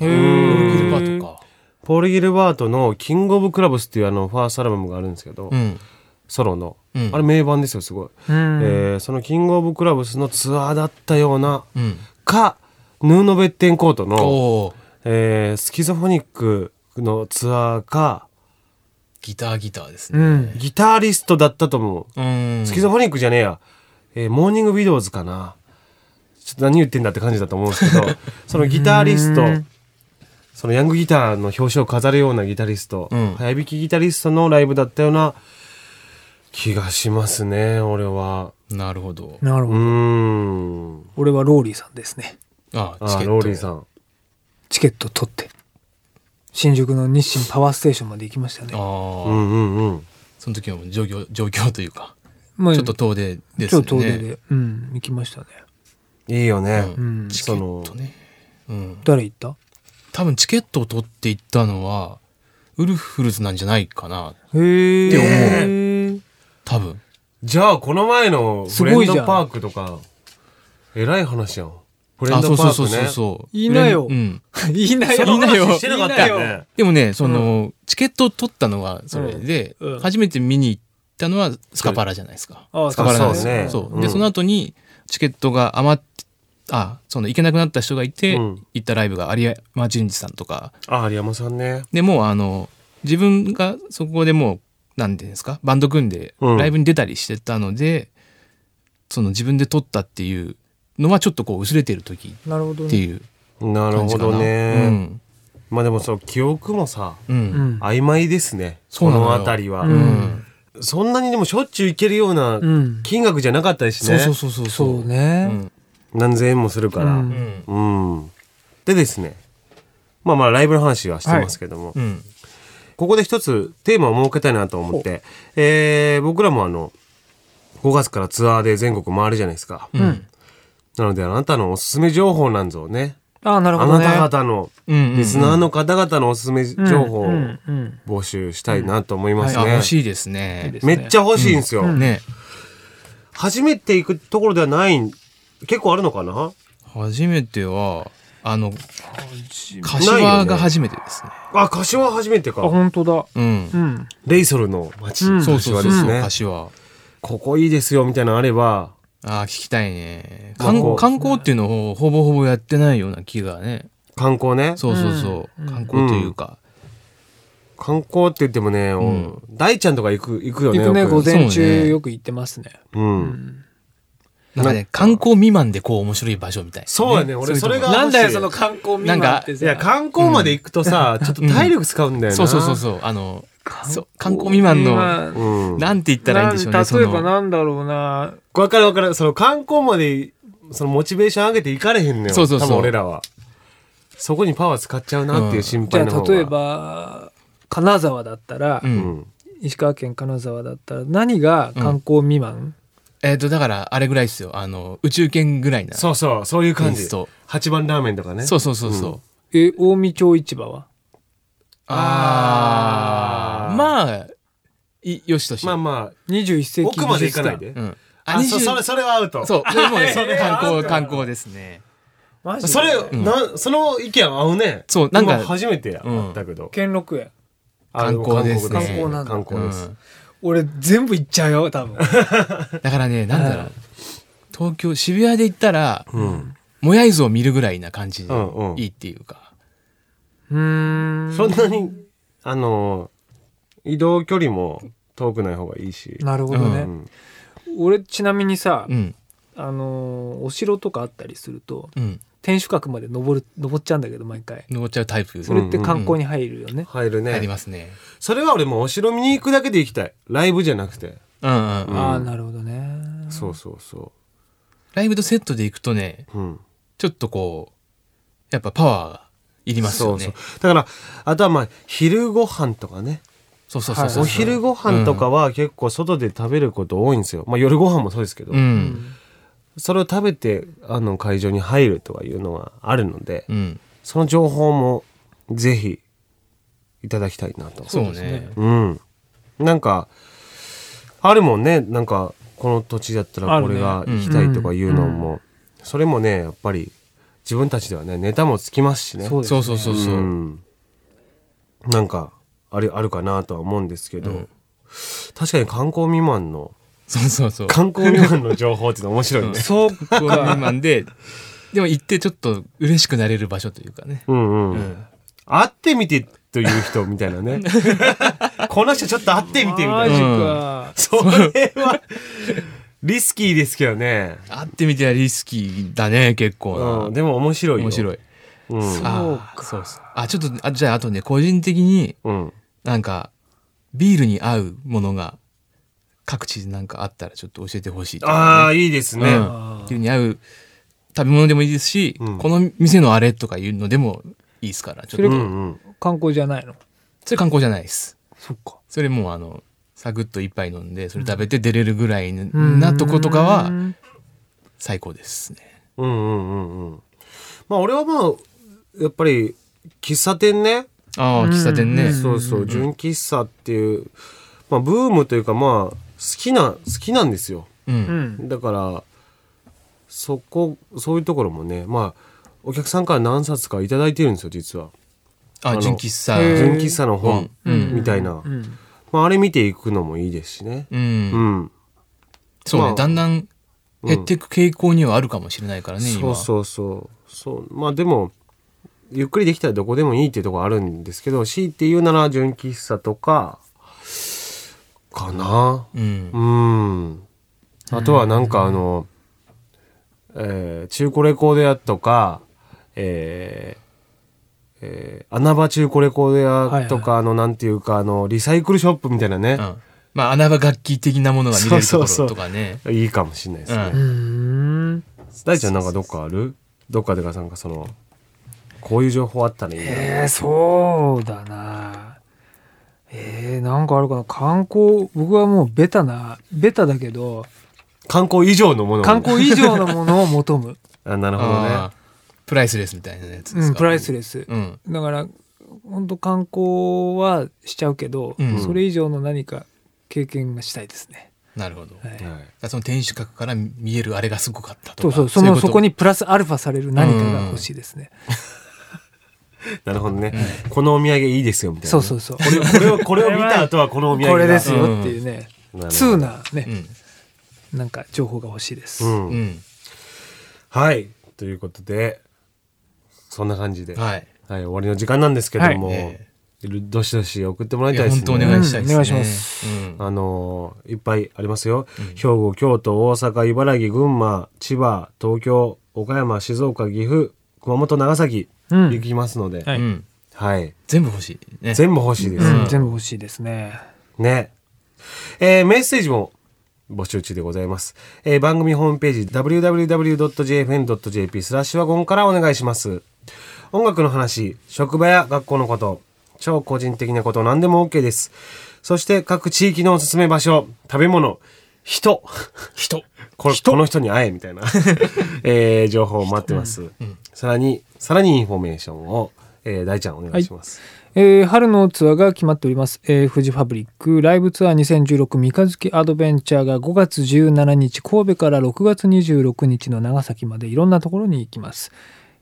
[SPEAKER 5] ギルバートか。
[SPEAKER 6] ポール・ギルバートの「キング・オブ・クラブス」っていうあのファーストアルバムがあるんですけど、
[SPEAKER 5] うん。
[SPEAKER 6] ソロの、
[SPEAKER 5] うん
[SPEAKER 6] あれ名盤ですよすごい、
[SPEAKER 7] うん。
[SPEAKER 6] えーその「キング・オブ・クラブス」のツアーだったような
[SPEAKER 5] うん。
[SPEAKER 6] かヌーノ・ベッテンコートの、
[SPEAKER 5] おー
[SPEAKER 6] えースキゾフォニックのツアーか
[SPEAKER 5] ギターギターです
[SPEAKER 7] う
[SPEAKER 5] ね。
[SPEAKER 7] ん。
[SPEAKER 6] ギタリストだったと思う、
[SPEAKER 5] うん。
[SPEAKER 6] スキゾフォニックじゃねえや、えーモーニング・ビデオーズかなちょっと何言ってんだって感じだと思うんです けどそのギタリストそのヤングギターの表紙を飾るようなギタリスト、
[SPEAKER 5] うん
[SPEAKER 6] 早弾きギタリストのライブだったような気がしますね俺は
[SPEAKER 5] なるほど。
[SPEAKER 7] なる
[SPEAKER 6] う
[SPEAKER 7] ほ
[SPEAKER 6] ー
[SPEAKER 7] ど。
[SPEAKER 6] ん
[SPEAKER 7] 俺はローリーさんですね。
[SPEAKER 5] ああ、チ
[SPEAKER 6] あ
[SPEAKER 5] ケット。
[SPEAKER 6] ローリーさん
[SPEAKER 7] チケット取って。新宿の日清パワーステーションまで行きましたね。
[SPEAKER 6] う
[SPEAKER 5] ああ、
[SPEAKER 6] んうんうん
[SPEAKER 5] その時の状況、状況というか、
[SPEAKER 7] まあ
[SPEAKER 5] ちょっと遠出です
[SPEAKER 7] ちょ
[SPEAKER 5] よ
[SPEAKER 7] っ
[SPEAKER 5] ね。
[SPEAKER 7] と遠出で。うん。行きましたね。
[SPEAKER 6] いいよね、
[SPEAKER 7] うん。
[SPEAKER 5] チケ
[SPEAKER 6] その
[SPEAKER 5] ットね。うん。
[SPEAKER 7] 誰行った
[SPEAKER 5] 多分チケットを取っていったのは、ウルフルズなんじゃないかな。
[SPEAKER 7] へえ。
[SPEAKER 5] って思う
[SPEAKER 7] へー
[SPEAKER 5] 多分。
[SPEAKER 6] じゃあこの前の
[SPEAKER 7] す
[SPEAKER 6] フレ
[SPEAKER 7] ご
[SPEAKER 6] ン
[SPEAKER 7] いじゃん
[SPEAKER 6] ドパークとかえらい話やんフレ
[SPEAKER 5] あ、
[SPEAKER 6] ン
[SPEAKER 5] そ
[SPEAKER 6] ド
[SPEAKER 5] う
[SPEAKER 6] パ
[SPEAKER 5] そう
[SPEAKER 6] ー
[SPEAKER 5] そうそう
[SPEAKER 6] クね
[SPEAKER 5] そう。
[SPEAKER 7] いいなよ
[SPEAKER 5] うん。
[SPEAKER 7] いいなよ。
[SPEAKER 5] いいなよ
[SPEAKER 6] してなかったよ
[SPEAKER 7] いいなよ
[SPEAKER 6] ね
[SPEAKER 5] でもね、その、チケットを取ったのはそれで、
[SPEAKER 7] うんうん
[SPEAKER 5] 初めて見に行ったのはスカパラじゃないですか。
[SPEAKER 7] あ
[SPEAKER 5] スカパラなんです
[SPEAKER 6] そうね
[SPEAKER 5] よ。そう。
[SPEAKER 6] う
[SPEAKER 5] で、
[SPEAKER 6] ん
[SPEAKER 5] その後に、チケットが余って、あ、その、行けなくなった人がいて、
[SPEAKER 6] うん
[SPEAKER 5] 行ったライブが有山淳二さんとか、
[SPEAKER 6] あ有山さんね
[SPEAKER 5] でもうあの、自分がそこでもう、なんていうんですか、バンド組んで、
[SPEAKER 6] うん
[SPEAKER 5] ライブに出たりしてたので、その自分で撮ったっていうのはちょっとこう薄れてる時っ
[SPEAKER 7] なるほど
[SPEAKER 5] て
[SPEAKER 7] ね。
[SPEAKER 5] いう
[SPEAKER 6] なる
[SPEAKER 5] 感じ
[SPEAKER 6] ほ
[SPEAKER 5] かな。
[SPEAKER 6] どね、まあでもそう記憶もさ
[SPEAKER 5] うん。うん。
[SPEAKER 7] うん。
[SPEAKER 6] 曖昧ですね
[SPEAKER 5] そうなのよ
[SPEAKER 6] この辺りは、
[SPEAKER 7] うん
[SPEAKER 6] そんなにでもしょっちゅう行けるような
[SPEAKER 7] うん。
[SPEAKER 6] 金額じゃなかったですし
[SPEAKER 5] そう
[SPEAKER 6] ね。
[SPEAKER 5] そうそうそう。
[SPEAKER 7] そうね。
[SPEAKER 6] 何千円もするか
[SPEAKER 7] う
[SPEAKER 6] ら。うん
[SPEAKER 5] ん。
[SPEAKER 6] ん。でですね。まあまあライブの話はしてますけども。
[SPEAKER 5] うん。
[SPEAKER 6] ここで一つテーマを設けたいなと思って、えー僕らもあの、5月からツアーで全国回るじゃないですか。なので、あなたのおすすめ情報なんぞをね、
[SPEAKER 7] ああ、なる
[SPEAKER 6] あ
[SPEAKER 7] ほど
[SPEAKER 6] な
[SPEAKER 7] ね。
[SPEAKER 6] た方の、
[SPEAKER 5] うんうんうん
[SPEAKER 6] リスナーの方々のおすすめ情報を
[SPEAKER 7] うんうん
[SPEAKER 6] 募集したいなと思いますね。
[SPEAKER 5] あ欲しいですね。
[SPEAKER 6] めっちゃ欲しいんですよ。
[SPEAKER 5] ね。
[SPEAKER 6] 初めて行くところではない、結構あるのかな
[SPEAKER 5] 初めては、あの、
[SPEAKER 6] ないよ
[SPEAKER 5] 柏
[SPEAKER 6] ね
[SPEAKER 5] が初めてですね。
[SPEAKER 6] あ、柏初めて
[SPEAKER 7] あ、
[SPEAKER 6] か。
[SPEAKER 7] 本当だ。
[SPEAKER 5] うん
[SPEAKER 7] う。ん。
[SPEAKER 6] レイソルの街、
[SPEAKER 7] うん
[SPEAKER 5] そうそう
[SPEAKER 6] 柏
[SPEAKER 5] そ
[SPEAKER 6] で
[SPEAKER 5] う
[SPEAKER 6] す
[SPEAKER 5] そう、
[SPEAKER 6] ね。
[SPEAKER 5] 柏。
[SPEAKER 6] ここいいですよ、みたいなのあれば、
[SPEAKER 5] ああ、聞きたいね。
[SPEAKER 6] まあこ
[SPEAKER 5] 観観
[SPEAKER 6] う
[SPEAKER 5] 光っていうのをほぼほぼやってないような気がね。
[SPEAKER 6] 観光ね。
[SPEAKER 5] そうそうそう。観光というか。
[SPEAKER 6] 観光って言ってもね、お
[SPEAKER 5] ん
[SPEAKER 6] 大ちゃんとか行く、行くよね。
[SPEAKER 7] 行くね、
[SPEAKER 6] よ
[SPEAKER 7] 午
[SPEAKER 6] く
[SPEAKER 7] 前
[SPEAKER 5] そう
[SPEAKER 7] 中
[SPEAKER 5] ね
[SPEAKER 7] よく行ってますね。
[SPEAKER 6] うん。
[SPEAKER 5] なんかね、観光未満でこう面白い場所みたいなね。
[SPEAKER 6] そうやね、俺それが。
[SPEAKER 7] なんだよ、その。観光見
[SPEAKER 5] なんか
[SPEAKER 7] 舞って
[SPEAKER 6] いや、
[SPEAKER 7] さ。
[SPEAKER 6] 観光まで行くとさ、ちょっと体力使うんだよな。
[SPEAKER 5] そうそうそうそう。あの、そう観光未満の、
[SPEAKER 7] 今
[SPEAKER 6] うん。
[SPEAKER 5] なんて言ったらいいんでしょう
[SPEAKER 7] な
[SPEAKER 5] ね。
[SPEAKER 7] ん
[SPEAKER 5] そ
[SPEAKER 7] 例えば
[SPEAKER 5] の
[SPEAKER 7] なんだろうな。
[SPEAKER 6] わかるわかる。その観光まで、そのモチベーション上げていかれへんのよ。
[SPEAKER 5] そうそうそう
[SPEAKER 6] 多分俺らは。そこにパワー使っちゃうなっていう心
[SPEAKER 7] じゃ
[SPEAKER 6] 配の方
[SPEAKER 7] あ
[SPEAKER 6] が、
[SPEAKER 7] 例え。ば、金沢だったら
[SPEAKER 5] う、。
[SPEAKER 6] うんん。
[SPEAKER 7] 石川県金沢だったら、何が観光未満
[SPEAKER 5] えっと、だから、あれぐらいですよ。あの、宇宙圏ぐらいな。
[SPEAKER 6] そうそう、そういう感
[SPEAKER 5] テイ
[SPEAKER 6] じ
[SPEAKER 5] スト。
[SPEAKER 6] 八番ラーメンとかね。
[SPEAKER 5] そうそうそうそう。
[SPEAKER 7] え、近江町市場は
[SPEAKER 5] あ
[SPEAKER 6] あ
[SPEAKER 5] あ。
[SPEAKER 6] ー
[SPEAKER 5] まあ、い、よしとしよ
[SPEAKER 6] ま
[SPEAKER 5] う。
[SPEAKER 6] あまあ、
[SPEAKER 7] ?21 世紀
[SPEAKER 6] 奥まで行かない
[SPEAKER 7] 美術
[SPEAKER 6] で
[SPEAKER 5] う。ん。
[SPEAKER 6] あ、そそれ、それはアウト。
[SPEAKER 5] そう。それもね観
[SPEAKER 6] あそう
[SPEAKER 5] 光、
[SPEAKER 6] か
[SPEAKER 5] 観光ですね。
[SPEAKER 7] 館。マジ
[SPEAKER 6] それ、な、その意見合うね。
[SPEAKER 5] そうなんか
[SPEAKER 6] 今初めてや、
[SPEAKER 5] うん
[SPEAKER 6] あったけど。
[SPEAKER 7] 兼六園。
[SPEAKER 6] あの
[SPEAKER 5] 観光ですね
[SPEAKER 6] 韓国
[SPEAKER 7] 観光なんだ
[SPEAKER 6] 観光です。
[SPEAKER 5] うん
[SPEAKER 7] 俺、全部行っちゃうよ、多 分。
[SPEAKER 5] だからね、なんだろう。東京、渋谷で行ったら、
[SPEAKER 6] うん。
[SPEAKER 5] もやい像を見るぐらいな感じで
[SPEAKER 6] うんうん
[SPEAKER 5] いいっていうか。
[SPEAKER 7] うーん。
[SPEAKER 6] そんなに、あの、移動距離も遠くない方がいいし。
[SPEAKER 7] なるほどね。
[SPEAKER 6] うん
[SPEAKER 7] 俺、ちなみにさ
[SPEAKER 5] う、ん。
[SPEAKER 7] あのー、お城とかあったりすると、
[SPEAKER 5] うん。
[SPEAKER 7] 天守閣まで登る、登っちゃうんだけど、毎回。
[SPEAKER 5] 登っちゃうタイプ。
[SPEAKER 7] それって観光に入るよね。
[SPEAKER 6] 入る
[SPEAKER 5] あり
[SPEAKER 6] ね。
[SPEAKER 5] ますね。
[SPEAKER 6] それは俺もうお城見に行くだけで行きたい。ライブじゃなくて。
[SPEAKER 5] うんうんうん。
[SPEAKER 7] ああ、なるほどね。
[SPEAKER 6] そうそうそ
[SPEAKER 5] ライブとセットで行くとね、
[SPEAKER 6] う。うん。
[SPEAKER 5] ちょっとこう、やっぱパワーがいります
[SPEAKER 6] そ
[SPEAKER 5] よ
[SPEAKER 6] うそ
[SPEAKER 5] ね
[SPEAKER 6] う。。だから、あとはまあ、昼ご飯とかね。
[SPEAKER 5] そうそうそうそう。
[SPEAKER 6] お昼ご飯とかは結構外で食べること多いんですよ。まあ夜ご飯もそうですけど
[SPEAKER 5] う。ん。
[SPEAKER 6] それを食べて、あの会場に入るとかいうのはあるので
[SPEAKER 5] う。ん。
[SPEAKER 6] その情報もぜひいただきたいなと。
[SPEAKER 5] そうね。
[SPEAKER 6] うん。なんか、あるもんね。なんか、この土地だったらこれが
[SPEAKER 5] あるね
[SPEAKER 6] 行きたいとかいうのも、それもね、やっぱり自分たちではね、ネタもつきますしね。
[SPEAKER 7] そうです
[SPEAKER 5] そうそうそうそうう。
[SPEAKER 6] ん。なんか、ある、あるかなとは思うんですけど、確かに観光未満の、
[SPEAKER 5] そうそうそう。
[SPEAKER 6] 観光未満の情報っていうの面白いね。
[SPEAKER 5] そうか。未満で、でも行ってちょっと嬉しくなれる場所というかね。
[SPEAKER 6] うんうん。会ってみてという人みたいなね。この人ちょっと会ってみてみた
[SPEAKER 7] マ
[SPEAKER 6] い
[SPEAKER 7] ジ
[SPEAKER 6] な。
[SPEAKER 7] か。
[SPEAKER 6] それは、リスキーですけどね。
[SPEAKER 5] 会ってみてはリスキーだね、結
[SPEAKER 6] う
[SPEAKER 5] 構
[SPEAKER 6] ん、
[SPEAKER 5] な。
[SPEAKER 6] でも面白いよ。
[SPEAKER 5] 面白い。
[SPEAKER 6] うん。
[SPEAKER 5] ああ、そうそう。あ、ちょっと、あ、じゃあ、あとね、個人的に
[SPEAKER 6] うん。
[SPEAKER 5] なんか、ビールに合うものが、各地でなんかあったらちょっと教えてほしいとか
[SPEAKER 6] ああ、いいです
[SPEAKER 5] ね。
[SPEAKER 6] ね。
[SPEAKER 5] うん。ビールに合う食べ物でもいいですし、
[SPEAKER 6] うん
[SPEAKER 5] この店のあれとかいうのでもいいですから、ちょっ
[SPEAKER 7] それ
[SPEAKER 5] と。
[SPEAKER 6] うん
[SPEAKER 5] それ
[SPEAKER 6] うん。
[SPEAKER 7] 観光じゃないの。
[SPEAKER 5] 観光じゃないです。
[SPEAKER 7] そっか。
[SPEAKER 5] それもうあの、サクッと一杯飲んで、それ食べて出れるぐらいなとことかは、最高ですね。
[SPEAKER 6] うんうんうんうん。まあ俺はまあ、やっぱり、喫茶店ね。
[SPEAKER 5] ああ、喫茶店ね。
[SPEAKER 6] そうそう、純喫茶っていう、まあブームというかまあ、好きな、好きなんですよ。
[SPEAKER 5] う。
[SPEAKER 7] うんん。
[SPEAKER 6] だから、そこ、そういうところもね、まあ、お客さんから何冊かいただいてるんですよ、実は。あ
[SPEAKER 5] あ、
[SPEAKER 6] の
[SPEAKER 5] 純喫茶。
[SPEAKER 7] へー
[SPEAKER 6] 純喫茶の本、
[SPEAKER 5] うん
[SPEAKER 6] みたいな
[SPEAKER 7] う。ん。
[SPEAKER 6] まああれ見ていくのもいいですしね。
[SPEAKER 5] う。
[SPEAKER 6] うんん。
[SPEAKER 5] そう
[SPEAKER 6] ま
[SPEAKER 5] ね、
[SPEAKER 6] あ
[SPEAKER 5] だんだん減っていく傾向にはあるかもしれないからね、
[SPEAKER 6] そ
[SPEAKER 5] 今。
[SPEAKER 6] うそうそうそうまあでもゆっくりできたらどこでもいいっていうところあるんですけど強いて言うなら純喫茶とかかな
[SPEAKER 5] うん
[SPEAKER 6] う。んあとはなんかあの、えー中古レコード屋とかえーえー穴場中古レコード屋とか、あのなんていうかあのリサイクルショップみたいなね
[SPEAKER 5] う、んまあ、穴場楽器的なものが見れると
[SPEAKER 6] そ
[SPEAKER 5] こ
[SPEAKER 6] うそ
[SPEAKER 5] ろ
[SPEAKER 6] うそ
[SPEAKER 5] と
[SPEAKER 6] う
[SPEAKER 5] かね。
[SPEAKER 6] いいかもしれないですね、
[SPEAKER 5] う
[SPEAKER 7] うん。
[SPEAKER 6] 大ちゃんなんかどっかあるどっかでかなんかそのこういう情報あったらいいな、
[SPEAKER 7] えー、そうだな。えー、なんかあるかな観光僕はもうベタなベタだけど
[SPEAKER 6] 観光以上のものを
[SPEAKER 7] 観光以上のものを求む、
[SPEAKER 6] あなるほどね
[SPEAKER 5] あープライスレスみたいなやつで
[SPEAKER 7] う
[SPEAKER 5] す
[SPEAKER 7] ん、
[SPEAKER 5] か
[SPEAKER 7] プライスレス、
[SPEAKER 5] うん
[SPEAKER 7] だから本当観光はしちゃうけど、
[SPEAKER 5] うん
[SPEAKER 7] それ以上の何か経験がしたいですね、
[SPEAKER 5] なるほどだ
[SPEAKER 7] は
[SPEAKER 5] か
[SPEAKER 7] い
[SPEAKER 6] はい
[SPEAKER 5] らその天守閣から見えるあれがすごかった
[SPEAKER 7] そ
[SPEAKER 5] と
[SPEAKER 7] う
[SPEAKER 5] か
[SPEAKER 7] そうその
[SPEAKER 5] い
[SPEAKER 7] そ
[SPEAKER 5] こと
[SPEAKER 7] こにプラスアルファされる何かが欲しいですね、
[SPEAKER 6] なるほどね、このお土産いいですよみたいなね、
[SPEAKER 7] そうそうそう
[SPEAKER 6] これこれを これを見た後はこのお土産
[SPEAKER 7] これです
[SPEAKER 6] よ、
[SPEAKER 7] よっていうね、
[SPEAKER 6] うんなるほど
[SPEAKER 7] 通なね、
[SPEAKER 5] ん
[SPEAKER 7] なんか情報が欲しいです、
[SPEAKER 6] うん
[SPEAKER 5] うん
[SPEAKER 6] はいということでそんな感じで、はい
[SPEAKER 5] はい
[SPEAKER 6] 終わりの時間なんですけども、
[SPEAKER 5] はい
[SPEAKER 6] ええどしどし送ってもらい
[SPEAKER 5] い
[SPEAKER 6] たい
[SPEAKER 5] や
[SPEAKER 6] です
[SPEAKER 5] 本
[SPEAKER 6] ね
[SPEAKER 5] 当お願いしたいですね、、
[SPEAKER 7] うんお願いします
[SPEAKER 5] うん、
[SPEAKER 6] あのーいっぱいありますよ、兵庫京都大阪茨城群馬千葉東京岡山静岡岐阜熊本長崎、
[SPEAKER 7] うん
[SPEAKER 6] 行きますので、
[SPEAKER 7] は
[SPEAKER 6] はいい
[SPEAKER 5] うん全部欲しいね
[SPEAKER 6] 全部欲しいです、
[SPEAKER 7] うん、全部欲しいですね
[SPEAKER 6] ね。えーメッセージも募集中でございます。えー番組ホームページ www.jfn.jp スラッシュワゴンからお願いします。音楽の話、職場や学校のこと、超個人的なこと何でも OK です。そして各地域のおすすめ場所、食べ物、人。
[SPEAKER 5] 人
[SPEAKER 6] ここの人に会えみたいな、 えー情報を待ってます、さらに、さらにインフォメーションを、えー大ちゃんお願いします。
[SPEAKER 7] えー春のツアーが決まっております、えーフジファブリックライブツアー2016三日月アドベンチャーが5月17日神戸から6月26日の長崎までいろんなところに行きます、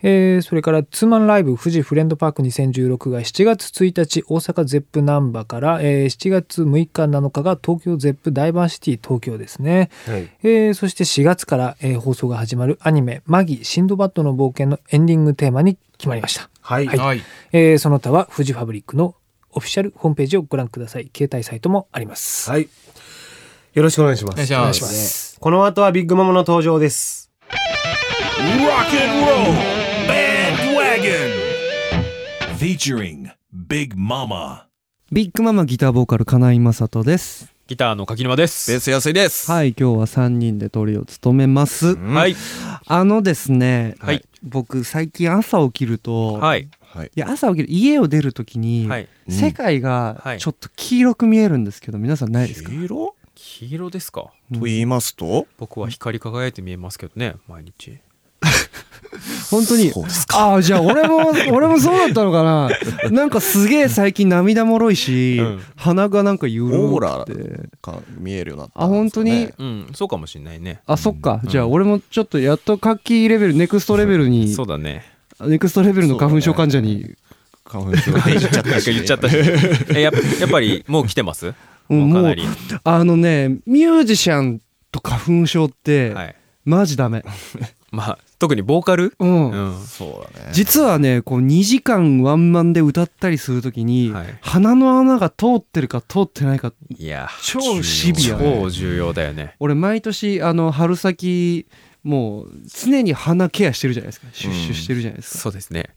[SPEAKER 7] えーそれからツーマンライブフジフレンドパーク2016が7月1日大阪ゼップナンバーから、えー7月6日7日が東京ゼップダイバーシティ東京ですね、
[SPEAKER 6] はい
[SPEAKER 7] えーそして4月から、えー放送が始まるアニメ「マギシンドバッドの冒険」のエンディングテーマに決まりました
[SPEAKER 6] はい。
[SPEAKER 7] はい
[SPEAKER 5] はい
[SPEAKER 7] えーその他はフジファブリックのオフィシャルホームページをご覧ください携帯サイトもあります、
[SPEAKER 6] はい。よろしくお願いします。
[SPEAKER 5] お願いします
[SPEAKER 6] この後はビッグママの登場です。
[SPEAKER 4] Rock and roll bandwagon. Featuring Big Mama.
[SPEAKER 8] ビッグママギターボーカル金井雅人です。
[SPEAKER 9] ギターの柿沼です。
[SPEAKER 10] ベース安いです。
[SPEAKER 8] はい、今日は3人でトリを務めます。
[SPEAKER 9] はい。
[SPEAKER 8] あのですね、
[SPEAKER 9] はい
[SPEAKER 8] 僕最近朝起きると、い、
[SPEAKER 9] はい。
[SPEAKER 10] はい。
[SPEAKER 8] や朝起きる家を出るときに、
[SPEAKER 9] はい。
[SPEAKER 8] 世界
[SPEAKER 9] は
[SPEAKER 8] が
[SPEAKER 9] い
[SPEAKER 8] ちょっと黄色く見えるんですけど、皆さんないですか？
[SPEAKER 10] 黄色
[SPEAKER 9] 黄色ですか。
[SPEAKER 10] と言いますと、
[SPEAKER 9] 僕は光り輝いて見えますけどね、毎日。
[SPEAKER 8] 本当に。
[SPEAKER 10] そうですか。
[SPEAKER 8] ああじゃあ俺 も俺もそうだったのかな。なんかすげえ最近涙もろいし、
[SPEAKER 9] うん
[SPEAKER 8] 鼻がなんかゆる
[SPEAKER 10] オーラ
[SPEAKER 8] くて。
[SPEAKER 10] か見えるようになった
[SPEAKER 8] あ本当に
[SPEAKER 9] うん、そうかもしれないね。
[SPEAKER 8] あそっか、じゃあ俺もちょっとやっと活気レベルネクストレベルに
[SPEAKER 9] そうだね。
[SPEAKER 8] ネクストレベルの花粉症患者に、
[SPEAKER 10] 花粉症 が言っちゃったし。
[SPEAKER 9] 言っちゃったし。え、やっぱやっぱりもう来てます。
[SPEAKER 8] うん
[SPEAKER 9] もうか
[SPEAKER 8] も
[SPEAKER 9] な
[SPEAKER 8] う
[SPEAKER 9] り。
[SPEAKER 8] あのねミュージシャンと花粉症って、
[SPEAKER 9] はい。
[SPEAKER 8] マジダメ、
[SPEAKER 9] まあ特にボーカル。
[SPEAKER 8] うん
[SPEAKER 9] うん。
[SPEAKER 10] そうだね。
[SPEAKER 8] 実はねこう2時間ワンマンで歌ったりするときに、
[SPEAKER 9] はい
[SPEAKER 8] 鼻の穴が通ってるか通ってないか
[SPEAKER 9] いや。
[SPEAKER 8] 超シビア、
[SPEAKER 9] 超重要だよね。
[SPEAKER 8] 俺毎年あの春先もう常に鼻ケアしてるじゃないですかシュッシュしてるじゃないですか、
[SPEAKER 9] そうですね。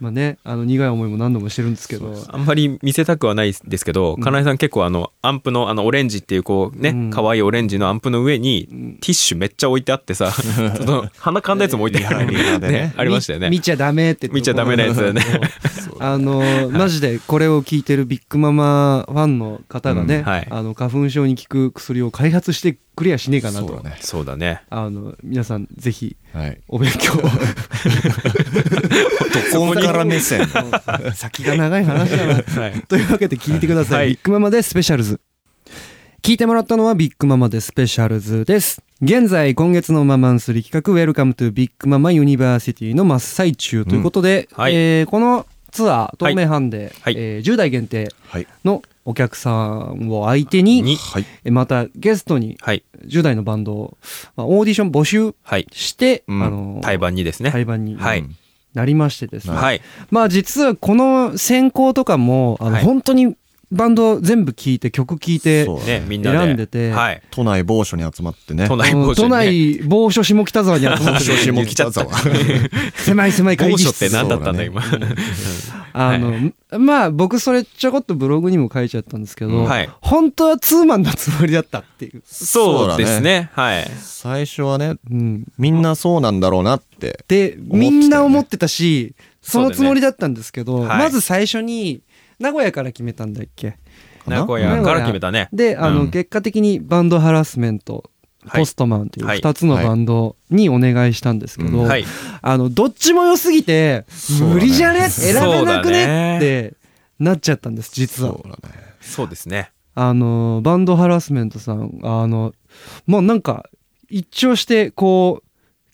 [SPEAKER 8] まあねあの苦い思いも何度もしてるんですけど
[SPEAKER 9] あんまり見せたくはないですけど、金井さん結構あのアンプのあのオレンジっていうこう
[SPEAKER 8] う
[SPEAKER 9] ね
[SPEAKER 8] ん、
[SPEAKER 9] 可愛いオレンジのアンプの上にティッシュめっちゃ置いてあって さ、その鼻かんだやつも置いてある。
[SPEAKER 10] リハ でね
[SPEAKER 9] ねありましたよね
[SPEAKER 8] 見。見ちゃダメって
[SPEAKER 9] 見ちゃダメなやつだよね
[SPEAKER 8] あのーマジでこれを聞いてるビッグママファンの方がね、
[SPEAKER 9] うんはい
[SPEAKER 8] あの花粉症に効く薬を開発してくれやしねえかな
[SPEAKER 10] そう
[SPEAKER 8] と、
[SPEAKER 10] だね。
[SPEAKER 9] そうだね。
[SPEAKER 8] あの皆さんぜひ
[SPEAKER 10] はい。
[SPEAKER 8] お勉強
[SPEAKER 10] どこから目 線。
[SPEAKER 8] 先が長い話だな
[SPEAKER 9] はい。
[SPEAKER 8] というわけで聞いてください、
[SPEAKER 9] はい
[SPEAKER 8] ビッグママでスペシャルズ聞いてもらったのはビッグママでスペシャルズです現在今月のママンスリー企画「Welcome to ビッグママユニバーシティ」の真っ最中ということで、
[SPEAKER 9] うんはい
[SPEAKER 8] えーこのツアー東名阪で、
[SPEAKER 9] はい
[SPEAKER 8] えー10代限定
[SPEAKER 10] はい。
[SPEAKER 8] のお客さんを相手に
[SPEAKER 9] に
[SPEAKER 10] はい。
[SPEAKER 8] えまたゲストに
[SPEAKER 9] はい。
[SPEAKER 8] 10代のバンドを、まあ、オーディション募集
[SPEAKER 9] はい。
[SPEAKER 8] して、
[SPEAKER 10] うん
[SPEAKER 8] あの
[SPEAKER 9] 対バンにですね。
[SPEAKER 8] 対バンに
[SPEAKER 9] はい
[SPEAKER 8] なりましてですね、
[SPEAKER 9] はい。
[SPEAKER 8] まあ実はこの選考とかもあの
[SPEAKER 9] はい
[SPEAKER 8] 本当にバンド全部聴いて曲聴いて、
[SPEAKER 10] そうだ
[SPEAKER 9] ね、
[SPEAKER 10] ね。
[SPEAKER 9] みんなで。
[SPEAKER 8] 選んでて
[SPEAKER 9] はい。
[SPEAKER 10] 都内某所に集まってね。
[SPEAKER 9] 都内
[SPEAKER 8] う
[SPEAKER 9] 某
[SPEAKER 8] ん
[SPEAKER 9] 所
[SPEAKER 8] 都
[SPEAKER 9] にね。
[SPEAKER 8] 内某所下北沢に集まって
[SPEAKER 10] 某所下北 沢。
[SPEAKER 8] 狭い狭い会
[SPEAKER 9] 某
[SPEAKER 8] 議
[SPEAKER 9] 所
[SPEAKER 8] 室
[SPEAKER 9] って何だったんだ、今。
[SPEAKER 8] あの、まあ僕それちょこっとブログにも書いちゃったんですけど、
[SPEAKER 9] はい
[SPEAKER 8] 本当はツーマンなつもりだったっていう、
[SPEAKER 9] そうですね。はい。
[SPEAKER 10] 最初はね、
[SPEAKER 8] うん、
[SPEAKER 10] みんなそうなんだろうなって。
[SPEAKER 8] で
[SPEAKER 10] 思ってたよ
[SPEAKER 8] み
[SPEAKER 10] ね
[SPEAKER 8] んな思ってたしそのつもりだったんですけど、
[SPEAKER 9] そうだよねはい
[SPEAKER 8] まず最初に名古屋から決めたんだっけ
[SPEAKER 9] 名古屋から決めたね
[SPEAKER 8] 名古屋で、あ
[SPEAKER 9] う
[SPEAKER 8] の、
[SPEAKER 9] ん
[SPEAKER 8] 結果的にバンドハラスメント、ポストマンっていう
[SPEAKER 9] はい
[SPEAKER 8] 2つのバンドにお願いしたんですけど、
[SPEAKER 9] うんはい
[SPEAKER 8] あの、どっちも良すぎて、無理じゃね
[SPEAKER 9] そう
[SPEAKER 8] 選
[SPEAKER 9] だね
[SPEAKER 8] べなくねってなっちゃったんです、実は。
[SPEAKER 9] そうですね。
[SPEAKER 8] あのバンドハラスメントさんあのまあなんか一聴してこう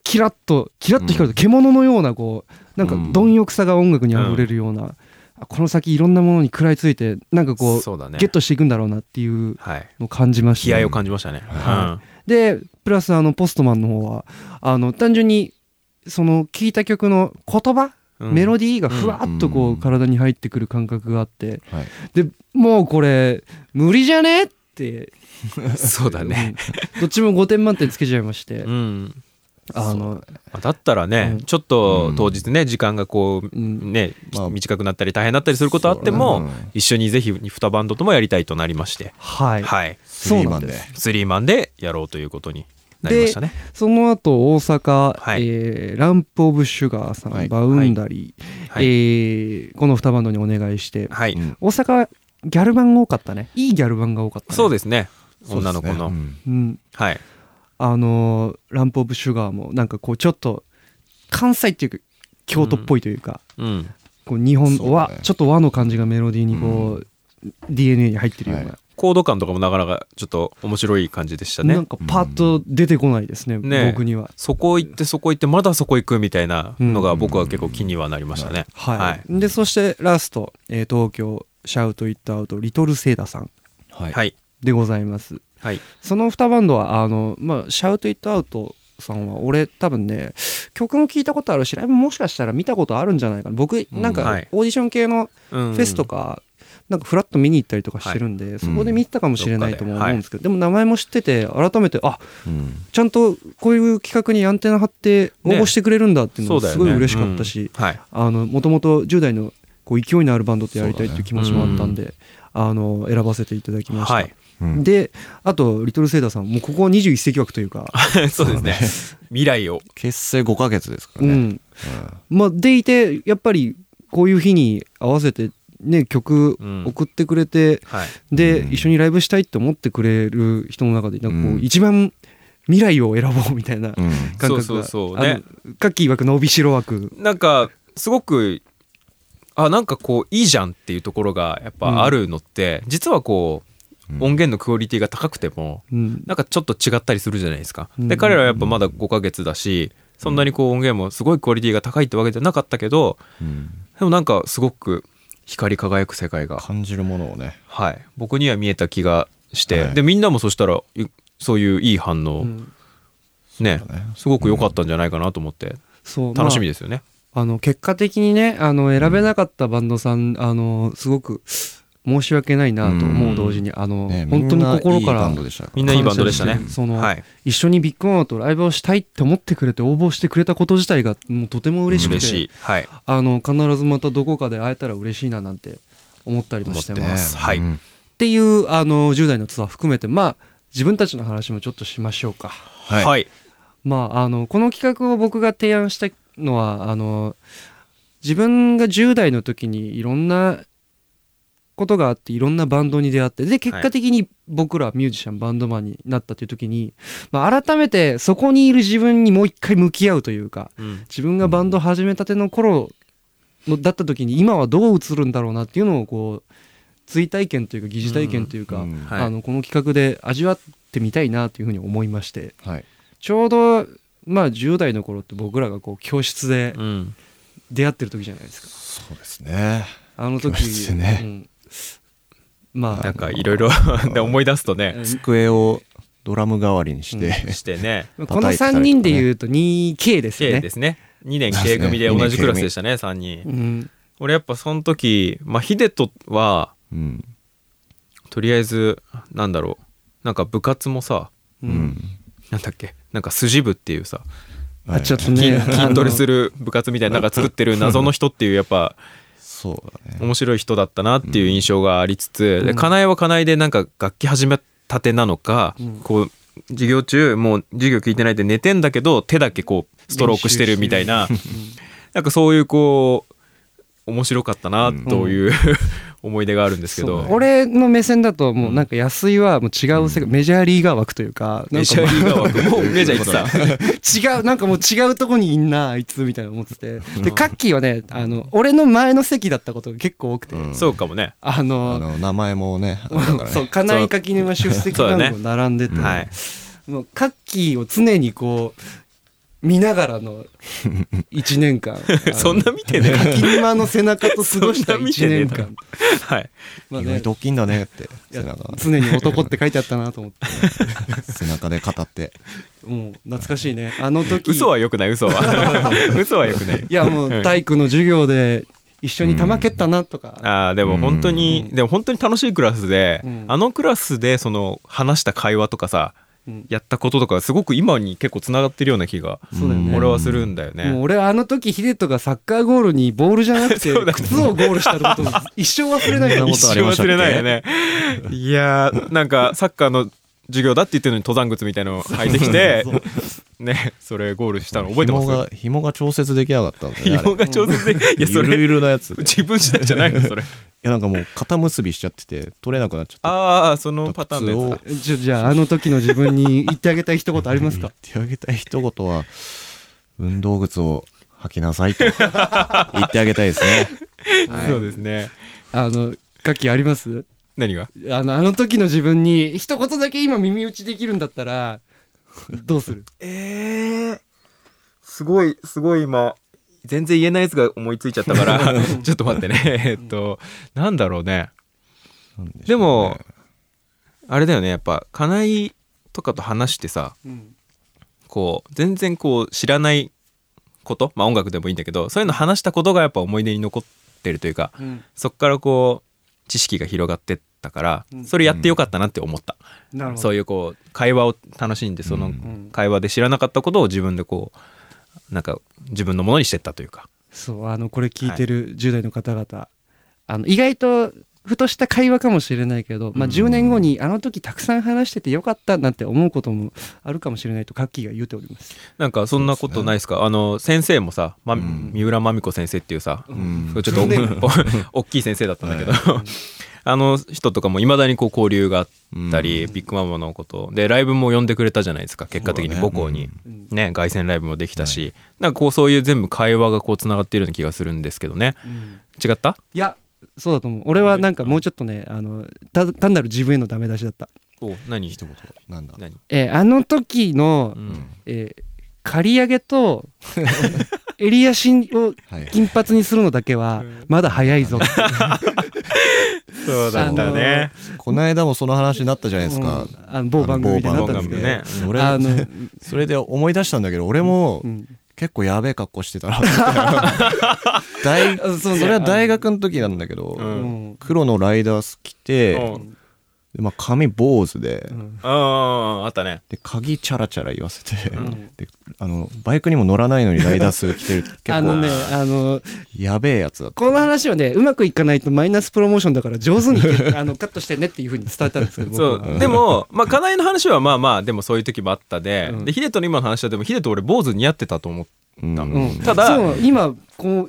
[SPEAKER 8] キラッとキラッと光る獣のようなこうなんか貪欲さが音楽にあふれるような、あこの先いろんなものに食らいついてなんかこう
[SPEAKER 9] そうだね
[SPEAKER 8] ゲットしていくんだろうなっていう
[SPEAKER 9] はい
[SPEAKER 8] のを感じました
[SPEAKER 9] 気
[SPEAKER 8] ね、
[SPEAKER 9] 合を感じましたね。
[SPEAKER 8] はでプラスあのポストマンの方はあの単純にその聴いた曲の言葉、
[SPEAKER 9] うん
[SPEAKER 8] メロディーがふわっとこう体に入ってくる感覚があって、でもうこれ無理じゃねって
[SPEAKER 9] そうだね
[SPEAKER 8] うんどっちも5点満点つけちゃいまして、
[SPEAKER 9] うん。
[SPEAKER 8] あの
[SPEAKER 9] あだったらね、ちょっと当日ね時間がこうね、短くなったり大変だったりすることあっても、一緒にぜひ2バンドともやりたいとなりまして
[SPEAKER 8] はい
[SPEAKER 9] はい
[SPEAKER 8] そうなんです
[SPEAKER 9] スリーマンでやろうということになりましたね
[SPEAKER 8] その後大阪、えーランプ・オブ・シュガーさん、バウンダリー、
[SPEAKER 9] はい
[SPEAKER 8] えーこの2バンドにお願いして、
[SPEAKER 9] はい
[SPEAKER 8] 大阪はギャル版が多かったねいいギャル版が多かった、ね、
[SPEAKER 9] そうですね
[SPEAKER 8] そうですね
[SPEAKER 9] 女の子
[SPEAKER 8] う
[SPEAKER 9] の、
[SPEAKER 8] ん
[SPEAKER 9] はい
[SPEAKER 8] あのーランプ・オブ・シュガーもなんかこうちょっと関西っていうか京都っぽいというか、
[SPEAKER 9] うん
[SPEAKER 8] こう日本和、ちょっと和の感じがメロディーにこう、DNA に入ってるような、
[SPEAKER 9] コード感とかもなかなかちょっと面白い感じでしたね
[SPEAKER 8] なんかパッと出てこないですね、
[SPEAKER 9] ね
[SPEAKER 8] 僕には。
[SPEAKER 9] そこ行ってそこ行ってまだそこ行くみたいなのが僕は結構気にはなりましたね、
[SPEAKER 8] はい、でそしてラスト、えー東京シャウト・イット・アウトリトル・セイダさん
[SPEAKER 9] はい、
[SPEAKER 8] でございます、
[SPEAKER 9] はい
[SPEAKER 8] その2バンドはあの、まあ、シャウト・イット・アウトさんは俺多分ね曲も聞いたことあるしライブもしかしたら見たことあるんじゃないかな僕
[SPEAKER 9] うん
[SPEAKER 8] なんかオ
[SPEAKER 9] は
[SPEAKER 8] ーデ
[SPEAKER 9] い
[SPEAKER 8] ィション系のフ
[SPEAKER 9] うん
[SPEAKER 8] ェスとか、なんかフラッと見に行ったりとかしてるんで、そこで見たかもしれないとも思うんですけど、でも名前も知ってて改めてあちゃんとこういう企画にアンテナ張って応募してくれるんだっていうの
[SPEAKER 9] ね
[SPEAKER 8] がすごい嬉しかったし
[SPEAKER 9] そうだよね
[SPEAKER 8] あのもともと10代のこう勢いのあるバンドとやりた いっていう気持ちもあったんで、あの選ばせていただきました、
[SPEAKER 9] はい うん
[SPEAKER 8] であとリトルセイダーさんもうここは21世紀枠というか、
[SPEAKER 9] そうですね未来を
[SPEAKER 10] 結成5ヶ月ですか
[SPEAKER 8] う
[SPEAKER 10] らね、
[SPEAKER 8] んまあ、でいてやっぱりこういう日に合わせて、ね、曲送ってくれて、で、一緒にライブしたいって思ってくれる人の中でなんかこう一番未来を選ぼうみたいな感覚が、
[SPEAKER 9] そうそうそうね
[SPEAKER 8] あのかっきー枠伸びしろ枠
[SPEAKER 9] なんかすごくあなんかこういいじゃんっていうところがやっぱあるのって、実はこう音源のクオリティが高くても、
[SPEAKER 8] うん
[SPEAKER 9] なんかちょっと違ったりするじゃないですか。
[SPEAKER 8] うん
[SPEAKER 9] で彼らはやっぱまだ5ヶ月だしそんなにこう音源もすごいクオリティが高いってわけじゃなかったけど、でもなんかすごく光り輝く世界が
[SPEAKER 10] 感じるものをね
[SPEAKER 9] はい僕には見えた気がして、
[SPEAKER 10] はい
[SPEAKER 9] でみんなもそしたらいそういういい反応、ねすごく良かったんじゃないかなと思って、
[SPEAKER 8] そう
[SPEAKER 9] 楽しみですよね。
[SPEAKER 8] あの結果的にねあの選べなかったバンドさん、あのすごく申し訳ないなと思う同時に、あの、
[SPEAKER 10] ね
[SPEAKER 8] 本当に心から
[SPEAKER 9] みんないいバンドでしたね
[SPEAKER 8] 感謝してるその、一緒にビッグママとライブをしたいって思ってくれて応募してくれたこと自体がもうとても嬉しくて
[SPEAKER 9] 嬉しいはい
[SPEAKER 8] あの必ずまたどこかで会えたら嬉しいななんて思ったりもして
[SPEAKER 9] 思って
[SPEAKER 8] ま。
[SPEAKER 9] ますすはいうん
[SPEAKER 8] っていうあの10代のツアー含めてまあ自分たちの話もちょっとしましょうか。
[SPEAKER 9] はいはい
[SPEAKER 8] まああのこの企画を僕が提案したのはあの自分が10代の時にいろんなことがあっていろんなバンドに出会ってで結果的に僕らミュージシャンバンドマンになったという時に、まあ、改めてそこにいる自分にもう一回向き合うというか、
[SPEAKER 9] うん
[SPEAKER 8] 自分がバンド始めたての頃のだった時に今はどう映るんだろうなっていうのをこう追体験というか疑似体験というか、
[SPEAKER 9] はい
[SPEAKER 8] あのこの企画で味わってみたいなというふうに思いまして、ちょうど、まあ、10代の頃って僕らがこう教室で出会ってる時じゃないですか。そうです
[SPEAKER 10] ね
[SPEAKER 8] あの時
[SPEAKER 10] 教室ね
[SPEAKER 8] うんまあ
[SPEAKER 9] なんかいろい ろで思い出すとね
[SPEAKER 10] 机をドラム代わりにして、
[SPEAKER 9] うんしてね
[SPEAKER 8] この3人で言うと 2K ですよ
[SPEAKER 9] K
[SPEAKER 8] ね。
[SPEAKER 9] ですね2年 K 組で同じクラスでしたね3人、
[SPEAKER 8] うん
[SPEAKER 9] 俺やっぱその時まあ秀人は、とりあえずなんだろうなんか部活もさ、
[SPEAKER 8] うん
[SPEAKER 9] なんだっけなんか筋部っていうさ
[SPEAKER 8] あちょっとね
[SPEAKER 9] 筋筋トレする部活みたいななんか作ってる謎の人っていうやっぱ
[SPEAKER 10] そう
[SPEAKER 9] 面白い人だったなっていう印象がありつつ、
[SPEAKER 10] うん
[SPEAKER 9] で金井は金井でなんか楽器始めたてなのか、こう授業中もう授業聞いてないで寝てんだ けど手だけこうストロークしてるみたいななんかそういうこう面白かったなという、 思い出があるんですけど、
[SPEAKER 8] 俺の目線だともうなんか安井はもう違う世界、メジャーリーガー枠というか
[SPEAKER 9] メジャーリーガー枠もうメジャー行
[SPEAKER 8] ってた違うなんかもう違うとこにいんなあいつみたいな思っててでカッキーはねあの俺の前の席だったことが結構多くて、
[SPEAKER 9] そうかもね
[SPEAKER 8] あの
[SPEAKER 10] 名前も ねあれだからね
[SPEAKER 8] そう金井垣沼出席
[SPEAKER 9] そうだ
[SPEAKER 8] 番
[SPEAKER 9] ね
[SPEAKER 8] 号並んでて、
[SPEAKER 9] はい
[SPEAKER 8] もうカッキーを常にこう見ながら の1年間
[SPEAKER 9] そんな見てねえ
[SPEAKER 8] 垣沼の背中と過ごした1年 間
[SPEAKER 9] はい
[SPEAKER 8] まあ
[SPEAKER 10] 意外
[SPEAKER 8] ね
[SPEAKER 10] と大きいんだねって
[SPEAKER 8] いや
[SPEAKER 10] 背中
[SPEAKER 8] 常に男って書いてあったなと思って
[SPEAKER 10] 背中で語 って
[SPEAKER 8] もう懐かしいねあの時
[SPEAKER 9] 嘘はよくない嘘 は嘘はよくない
[SPEAKER 8] いやもう体育の授業で一緒に玉蹴ったなとか、
[SPEAKER 9] あーでも本当に、でも本当に楽しいクラスで、あのクラスでその話した会話とかさ、やったこととかすごく今に結構つながってるような気が、
[SPEAKER 8] そうだよね
[SPEAKER 9] 俺はするんだよね。
[SPEAKER 8] もう俺はあの時ヒデトがサッカーゴールにボールじゃなくて靴をゴールしたことを 一生忘れないよ
[SPEAKER 9] 一生忘れないよね。いやーなんかサッカーの授業だって言ってるのに登山靴みたいなの履いてき て
[SPEAKER 10] そう
[SPEAKER 9] ねそれゴールしたの覚えてます
[SPEAKER 10] 紐が紐が調節できなかったんだねあれ
[SPEAKER 9] 紐が調節でいやそれ
[SPEAKER 10] ゆるゆるなやつ
[SPEAKER 9] 自分次第じゃないのそれ
[SPEAKER 10] いやなんかもう肩結びしちゃってて取れなくなっちゃった
[SPEAKER 9] ああそのパターンのやつだ
[SPEAKER 8] じゃじゃああの時の自分に言ってあげたい一言ありますか
[SPEAKER 10] 言ってあげたい一言は運動靴を履きなさい と言ってあげたいですねはい
[SPEAKER 9] そうですね
[SPEAKER 8] あのガキあります
[SPEAKER 9] 何が
[SPEAKER 8] あのあの時の自分に一言だけ今耳打ちできるんだったらどう する
[SPEAKER 9] ええすごいすごい今全然言えないやつが思いついちゃったからちょっと待ってねえっとなんだろうねでもあれだよねやっぱ金井とかと話してさ、こう全然こう知らないことまあ音楽でもいいんだけどそういうの話したことがやっぱ思い出に残ってるというか、
[SPEAKER 8] うん
[SPEAKER 9] そっからこう知識が広がってったから
[SPEAKER 8] うん
[SPEAKER 9] それやってよかったなって思った、
[SPEAKER 8] うんなるほど
[SPEAKER 9] そういうこう会話を楽しんでその会話で知らなかったことを自分でこうなんか自分のものにしてったというか
[SPEAKER 8] そうあのこれ聞いてる10代の方々、あの意外とふとした会話かもしれないけど、まあ、10年後にあの時たくさん話しててよかったなんて思うこともあるかもしれないとカッキーが言うております
[SPEAKER 9] なんかそんなことないですかあの先生もさ、ま三浦真美子先生っていうさ、
[SPEAKER 10] ん
[SPEAKER 9] そうちょっとお
[SPEAKER 10] ね
[SPEAKER 9] お大きい先生だったんだけど、 あの人とかもいまだにこう交流があったり、ビッグママのことでライブも呼んでくれたじゃないですか結果的に母校に、ね凱旋ライブもできたし、なんかこうそういう全部会話がこうつながっているような気がするんですけどね、違った
[SPEAKER 8] いやそうだと思う俺はなんかもうちょっとねあのた単なる自分へのダメ出しだった、
[SPEAKER 9] お何一
[SPEAKER 10] 言なんだ
[SPEAKER 9] 何
[SPEAKER 8] えーあの時の、えー刈り上げ と襟足を金髪にするのだけはまだ早いぞって
[SPEAKER 9] そうだったね
[SPEAKER 10] この間もその話になったじゃないですか、
[SPEAKER 8] うんあの某番組でなったんですけど
[SPEAKER 10] あの某
[SPEAKER 8] あ
[SPEAKER 10] 番組
[SPEAKER 8] の
[SPEAKER 10] ねそれ それで思い出したんだけど俺も結構やべえ格好してた な大それは大学の時なんだけど、
[SPEAKER 9] ん
[SPEAKER 10] 黒のライダース着て、
[SPEAKER 9] うん
[SPEAKER 10] でまあ、髪坊主で、
[SPEAKER 9] あああったね
[SPEAKER 10] で鍵チャラチャラ言わせて、であのバイクにも乗らないのにライダース着てる結構
[SPEAKER 8] あのねあの
[SPEAKER 10] やべえやつだった
[SPEAKER 8] この話はねうまくいかないとマイナスプロモーションだから上手にあのカットしてねっていうふうに伝えたんですけど僕
[SPEAKER 9] そ
[SPEAKER 8] は
[SPEAKER 9] うでもまあ金井の話はまあまあでもそういう時もあったで、でヒデトの今の話はでもヒデト俺坊主似合ってたと思った、
[SPEAKER 8] うん
[SPEAKER 9] ただ
[SPEAKER 8] そう今こ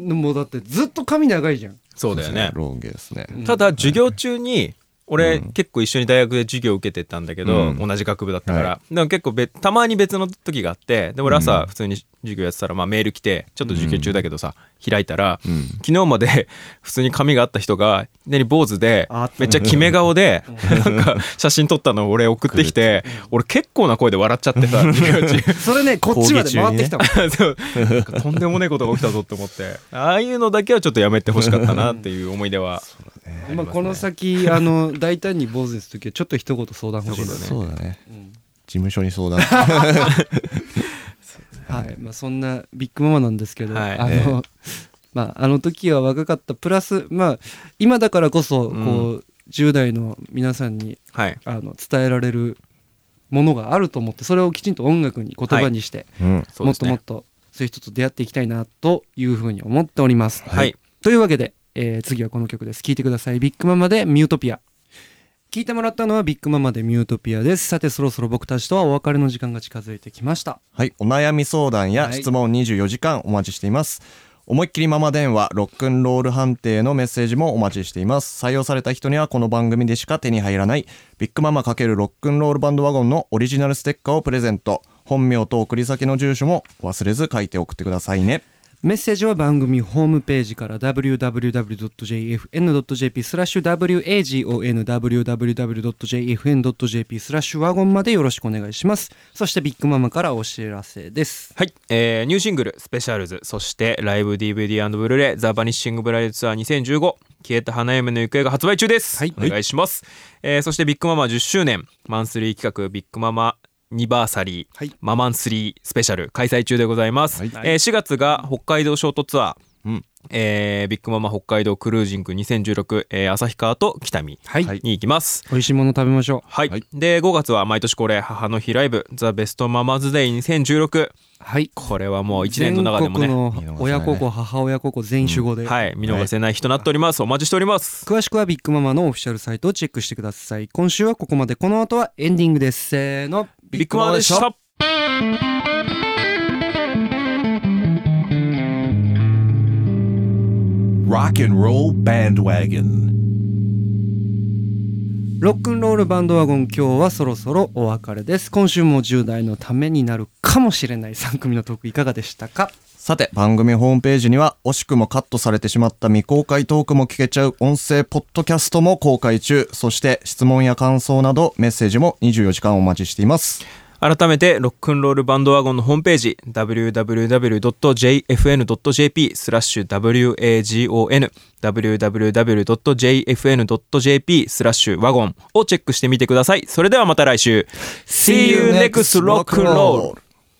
[SPEAKER 8] うもうだってずっと髪長いじゃん
[SPEAKER 9] そうだよね
[SPEAKER 10] ロン毛ですね
[SPEAKER 9] ただ授業中に俺結構一緒に大学で授業受けてたんだけど、
[SPEAKER 10] うん
[SPEAKER 9] 同じ学部だったから、
[SPEAKER 10] は
[SPEAKER 9] でも結構べたまに別の時があってで俺朝普通に授業やってたら、まあ、メール来てちょっと授業中だけどさ、開いたら、昨日まで 普通に髪があった人がいきなり坊主で
[SPEAKER 8] あ
[SPEAKER 9] めっちゃキメ顔でなんか写真撮ったのを俺送ってきて俺結構な声で笑っちゃってさ授業中
[SPEAKER 8] それね こっちまで回ってきたもん、
[SPEAKER 9] そうなんかとんでもねえことが起きたぞって思ってああいうのだけはちょっとやめてほしかったなっていう思い出は
[SPEAKER 8] まあ、この先あの大胆に坊主にする時はちょっと一言相談欲しいですね
[SPEAKER 10] そうだね、事務所に相談
[SPEAKER 8] はいまあ、そんなビッグママなんですけど、
[SPEAKER 9] はい
[SPEAKER 8] あの、まあ、あの時は若かったプラス、まあ、今だからこそこう、10代の皆さんに
[SPEAKER 9] はい
[SPEAKER 8] あの伝えられるものがあると思ってそれをきちんと音楽に言葉にして、
[SPEAKER 10] うん
[SPEAKER 9] そう
[SPEAKER 8] も
[SPEAKER 9] で
[SPEAKER 8] っ
[SPEAKER 9] す
[SPEAKER 8] と
[SPEAKER 9] ね
[SPEAKER 8] もっとそういう人と出会っていきたいなというふうに思っております。
[SPEAKER 9] はい
[SPEAKER 8] というわけで、えー次はこの曲です。聴いてください。ビッグママでミュートピア。聞いてもらったのはビッグママでミュートピアです。さてそろそろ僕たちとはお別れの時間が近づいてきました。
[SPEAKER 10] はい、お悩み相談や
[SPEAKER 8] はい
[SPEAKER 10] 質問24時間お待ちしています。思いっきりママ電話ロックンロール判定のメッセージもお待ちしています採用された人にはこの番組でしか手に入らないビッグママ×ロックンロールバンドワゴンのオリジナルステッカーをプレゼント本名と送り先の住所も忘れず書いて送ってくださいね
[SPEAKER 8] メッセージは番組ホームページから www.jfn.jp スラッシュ wagon www.jfn.jp スラッシュワゴンまでよろしくお願いします。そしてビッグママからお知らせです。
[SPEAKER 9] はい、えーニューシングル「スペシャルズ」そしてライブ DVD& ブルーレイ「ザ・バニッシング・ブライドツアー2015」消えた花嫁の行方が発売中です、お願いします、えーそしてビッグママ10周年マンスリー企画ビッグママニバーサリー、ママンスリースペシャル開催中でございます、えー4月が北海道ショートツアー、えービッグママ北海道クルージング2016、えー旭川と北見に行きます、
[SPEAKER 8] 美味しいもの食べましょう。
[SPEAKER 9] はい、で5月は毎年恒例母の日ライブ「ザ・ベストママズデイ2016」
[SPEAKER 8] はい
[SPEAKER 9] これはもう1年の中でもね
[SPEAKER 8] 全国の親孝行、母親孝行全員集合で。
[SPEAKER 9] はい見逃せない日となっておりますお待ちしております
[SPEAKER 8] 詳しくはビッグママのオフィシャルサイトをチェックしてください。今週はここまで。この後はエンディングです。せーの。
[SPEAKER 9] ビッグママでした
[SPEAKER 4] ロックンロールバンドワゴン
[SPEAKER 8] ロックンロールバンドワゴン今日はそろそろお別れです。今週も10代のためになるかもしれない3組のトークいかがでしたか
[SPEAKER 10] さて番組ホームページには惜しくもカットされてしまった未公開トークも聞けちゃう音声ポッドキャストも公開中そして質問や感想などメッセージも24時間お待ちしています
[SPEAKER 9] 改めてロックンロールバンドワゴンのホームページ www.jfn.jp スラッシュ wagon www.jfn.jp スラッシュワゴンをチェックしてみてくださいそれではまた来週 See you next rock and roll